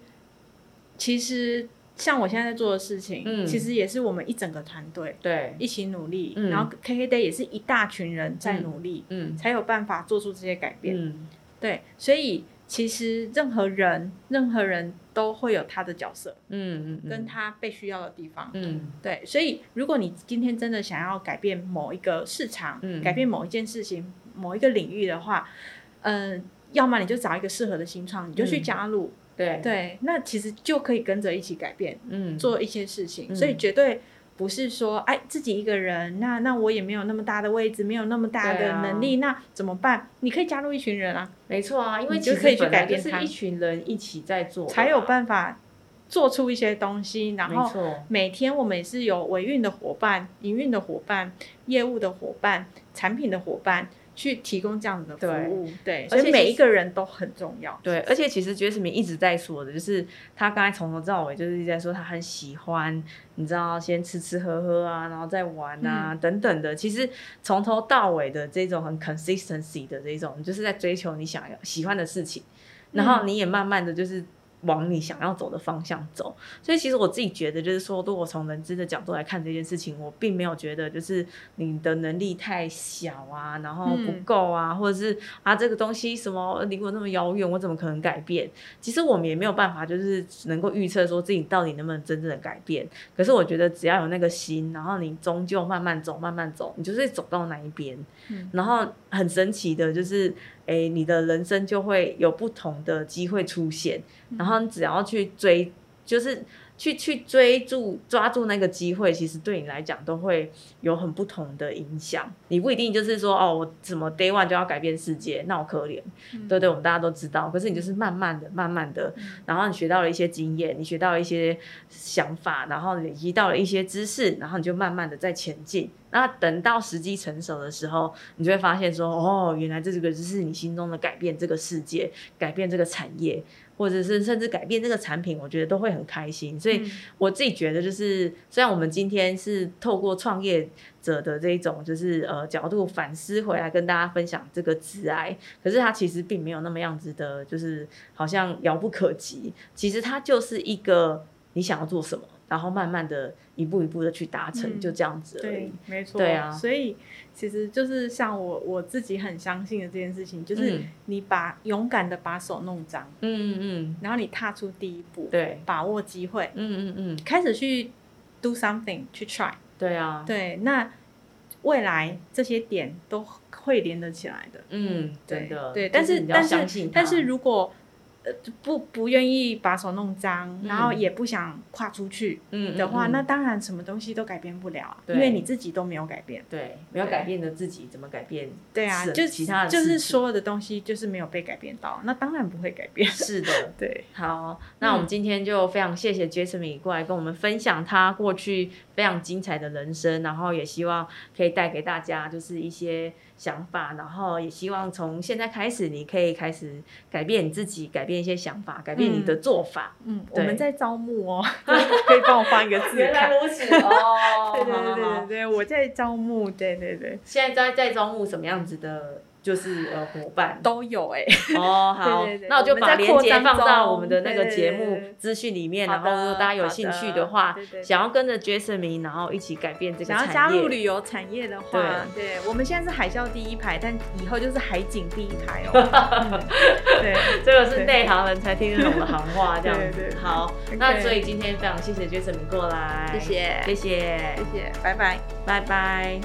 Speaker 2: 其实像我现在在做的事情，
Speaker 1: 嗯
Speaker 2: 其实也是我们一整个团队
Speaker 1: 对，
Speaker 2: 一起努力，
Speaker 1: 嗯
Speaker 2: 然后 KKday 也是一大群人在努力，
Speaker 1: 嗯
Speaker 2: 才有办法做出这些改变。
Speaker 1: 嗯
Speaker 2: 对，所以其实任何人任何人都会有他的角色
Speaker 1: 嗯嗯，
Speaker 2: 跟他被需要的地方。
Speaker 1: 嗯
Speaker 2: 对，所以如果你今天真的想要改变某一个市场，
Speaker 1: 嗯
Speaker 2: 改变某一件事情、某一个领域的话，嗯、要么你就找一个适合的新创，你就去
Speaker 1: 嗯
Speaker 2: 加入。
Speaker 1: 对
Speaker 2: 对，那其实就可以跟着一起改变，
Speaker 1: 嗯
Speaker 2: 做一些事情，
Speaker 1: 嗯
Speaker 2: 所以绝对。不是说哎自己一个人，那那我也没有那么大的位置，没有那么大
Speaker 1: 对
Speaker 2: 的
Speaker 1: 啊
Speaker 2: 能力，那怎么办？你可以加入一群人啊，
Speaker 1: 没错啊，因为
Speaker 2: 你就
Speaker 1: 其实
Speaker 2: 可以去
Speaker 1: 本来
Speaker 2: 改变
Speaker 1: 就是
Speaker 2: 它
Speaker 1: 一群人一起在做的
Speaker 2: 才有
Speaker 1: 嘛
Speaker 2: 办法做出一些东西。然
Speaker 1: 没
Speaker 2: 后
Speaker 1: 错，
Speaker 2: 每天我们也是有维运的伙伴、营运的伙伴、业务的伙伴、产品的伙伴去提供这样子的服务。对，所
Speaker 1: 而且
Speaker 2: 以每
Speaker 1: 其
Speaker 2: 一个人都很重要。
Speaker 1: 对，而且其实爵士明一直在说的，就是他刚才从头到尾就是一直在说他很喜欢，你知道，先吃吃喝喝啊，然后再玩啊、等等的。其实从头到尾的这种很 consistency 的这种，就是在追求你想要喜欢的事情，然后你也慢慢的就是。往你想要走的方向走，所以其实我自己觉得，就是说，如果从人资的角度来看这件事情，我并没有觉得就是你的能力太小啊，然后不
Speaker 2: 嗯
Speaker 1: 够啊，或者是啊，这个东西什么离我那么遥远，我怎么可能改变？其实我们也没有办法，就是能够预测说自己到底能不能真正的改变。可是我觉得只要有那个心，然后你终究慢慢走，慢慢走，你就是走到那一边。
Speaker 2: 嗯
Speaker 1: 然后很神奇的就是，诶，你的人生就会有不同的机会出现，
Speaker 2: 嗯
Speaker 1: 然后你只要去追，就是。去去追住抓住那个机会，其实对你来讲都会有很不同的影响。你不一定就是说哦，我怎么 day one 就要改变世界，那我可怜。
Speaker 2: 嗯
Speaker 1: 对对，我们大家都知道。可是你就是慢慢的、慢慢的，然后你学到了一些经验，你学到了一些想法，然后累积到了一些知识，然后你就慢慢的在前进。那等到时机成熟的时候，你就会发现说，哦，原来这个就是你心中的改变这个世界、改变这个产业，或者是甚至改变这个产品，我觉得都会很开心。所以
Speaker 2: 嗯
Speaker 1: 我自己觉得，就是虽然我们今天是透过创业者的这一种就是呃角度反思回来跟大家分享这个致癌，可是它其实并没有那么样子的，就是好像遥不可及。其实它就是一个你想要做什么，然后慢慢的一步一步的去达成，
Speaker 2: 嗯
Speaker 1: 就这样子而已
Speaker 2: 对。，没错，
Speaker 1: 对啊
Speaker 2: 所以其实就是像我我自己很相信的这件事情，就是
Speaker 1: 嗯
Speaker 2: 你把勇敢的把手弄脏，
Speaker 1: 嗯嗯
Speaker 2: 然后你踏出第一步
Speaker 1: 嗯，，对，
Speaker 2: 把握机会，
Speaker 1: 嗯嗯嗯，
Speaker 2: 开始去 do something，去 try。
Speaker 1: 对啊，
Speaker 2: 对，那未来这些点都会连得起来的。
Speaker 1: 嗯，真
Speaker 2: 对
Speaker 1: 的，
Speaker 2: 对，
Speaker 1: 就
Speaker 2: 但是
Speaker 1: 你要
Speaker 2: 但
Speaker 1: 相信
Speaker 2: 是
Speaker 1: 它
Speaker 2: 但是如果呃不不愿意把手弄脏，
Speaker 1: 嗯
Speaker 2: 然后也不想跨出去
Speaker 1: 嗯嗯
Speaker 2: 的话，
Speaker 1: 嗯
Speaker 2: 那当然什么东西都改变不了啊，
Speaker 1: 对
Speaker 2: 因为你自己都没有改变。
Speaker 1: 对没有
Speaker 2: 对
Speaker 1: 改变的自己，怎么改变？
Speaker 2: 对啊，
Speaker 1: 是
Speaker 2: 就
Speaker 1: 其他的
Speaker 2: 就
Speaker 1: 事
Speaker 2: 是
Speaker 1: 情
Speaker 2: 所有的东西就是没有被改变到，那当然不会改变。
Speaker 1: 是 的，
Speaker 2: 对，
Speaker 1: 好，那我们今天就非常谢谢 Jason 米过来跟我们分享他过去非常精彩的人生，然后也希望可以带给大家就是一些想法，然后也希望从现在开始你可以开始改变你自己，改变一些想法，改变你的做法。
Speaker 2: 嗯，我
Speaker 1: 对
Speaker 2: 们在招募哦， 可以帮我放一个 字卡。
Speaker 1: 如此 哦
Speaker 2: 对对对对对对，我在招募，对对对，
Speaker 1: 现在在在招募什么样子的，就是呃伙伴？
Speaker 2: 都有哎、
Speaker 1: 哦， 好，
Speaker 2: 对对对
Speaker 1: 那我就
Speaker 2: 我们
Speaker 1: 把
Speaker 2: 在
Speaker 1: 链
Speaker 2: 扩
Speaker 1: 接
Speaker 2: 张
Speaker 1: 放到
Speaker 2: 中
Speaker 1: 我们的那个
Speaker 2: 对对
Speaker 1: 节
Speaker 2: 对
Speaker 1: 目
Speaker 2: 对
Speaker 1: 资讯里面，
Speaker 2: 好
Speaker 1: 然后如果
Speaker 2: 的
Speaker 1: 大家有
Speaker 2: 好
Speaker 1: 兴趣
Speaker 2: 的
Speaker 1: 的话，
Speaker 2: 对对对
Speaker 1: 想要跟着 Jason 明，然后一起改变这个
Speaker 2: 想
Speaker 1: 产
Speaker 2: 要
Speaker 1: 业，
Speaker 2: 加入旅游产业的话，对我们现在是海啸第一排，但以后就是海景第一排 哦。嗯对，
Speaker 1: 这个是
Speaker 2: 对
Speaker 1: 内行人才听得懂的行话，这样子。
Speaker 2: 对对对
Speaker 1: 好
Speaker 2: OK
Speaker 1: 那所以今天非常谢谢 Jason 明过来，
Speaker 2: 谢谢
Speaker 1: 谢谢，
Speaker 2: 谢谢，拜拜。
Speaker 1: 拜拜。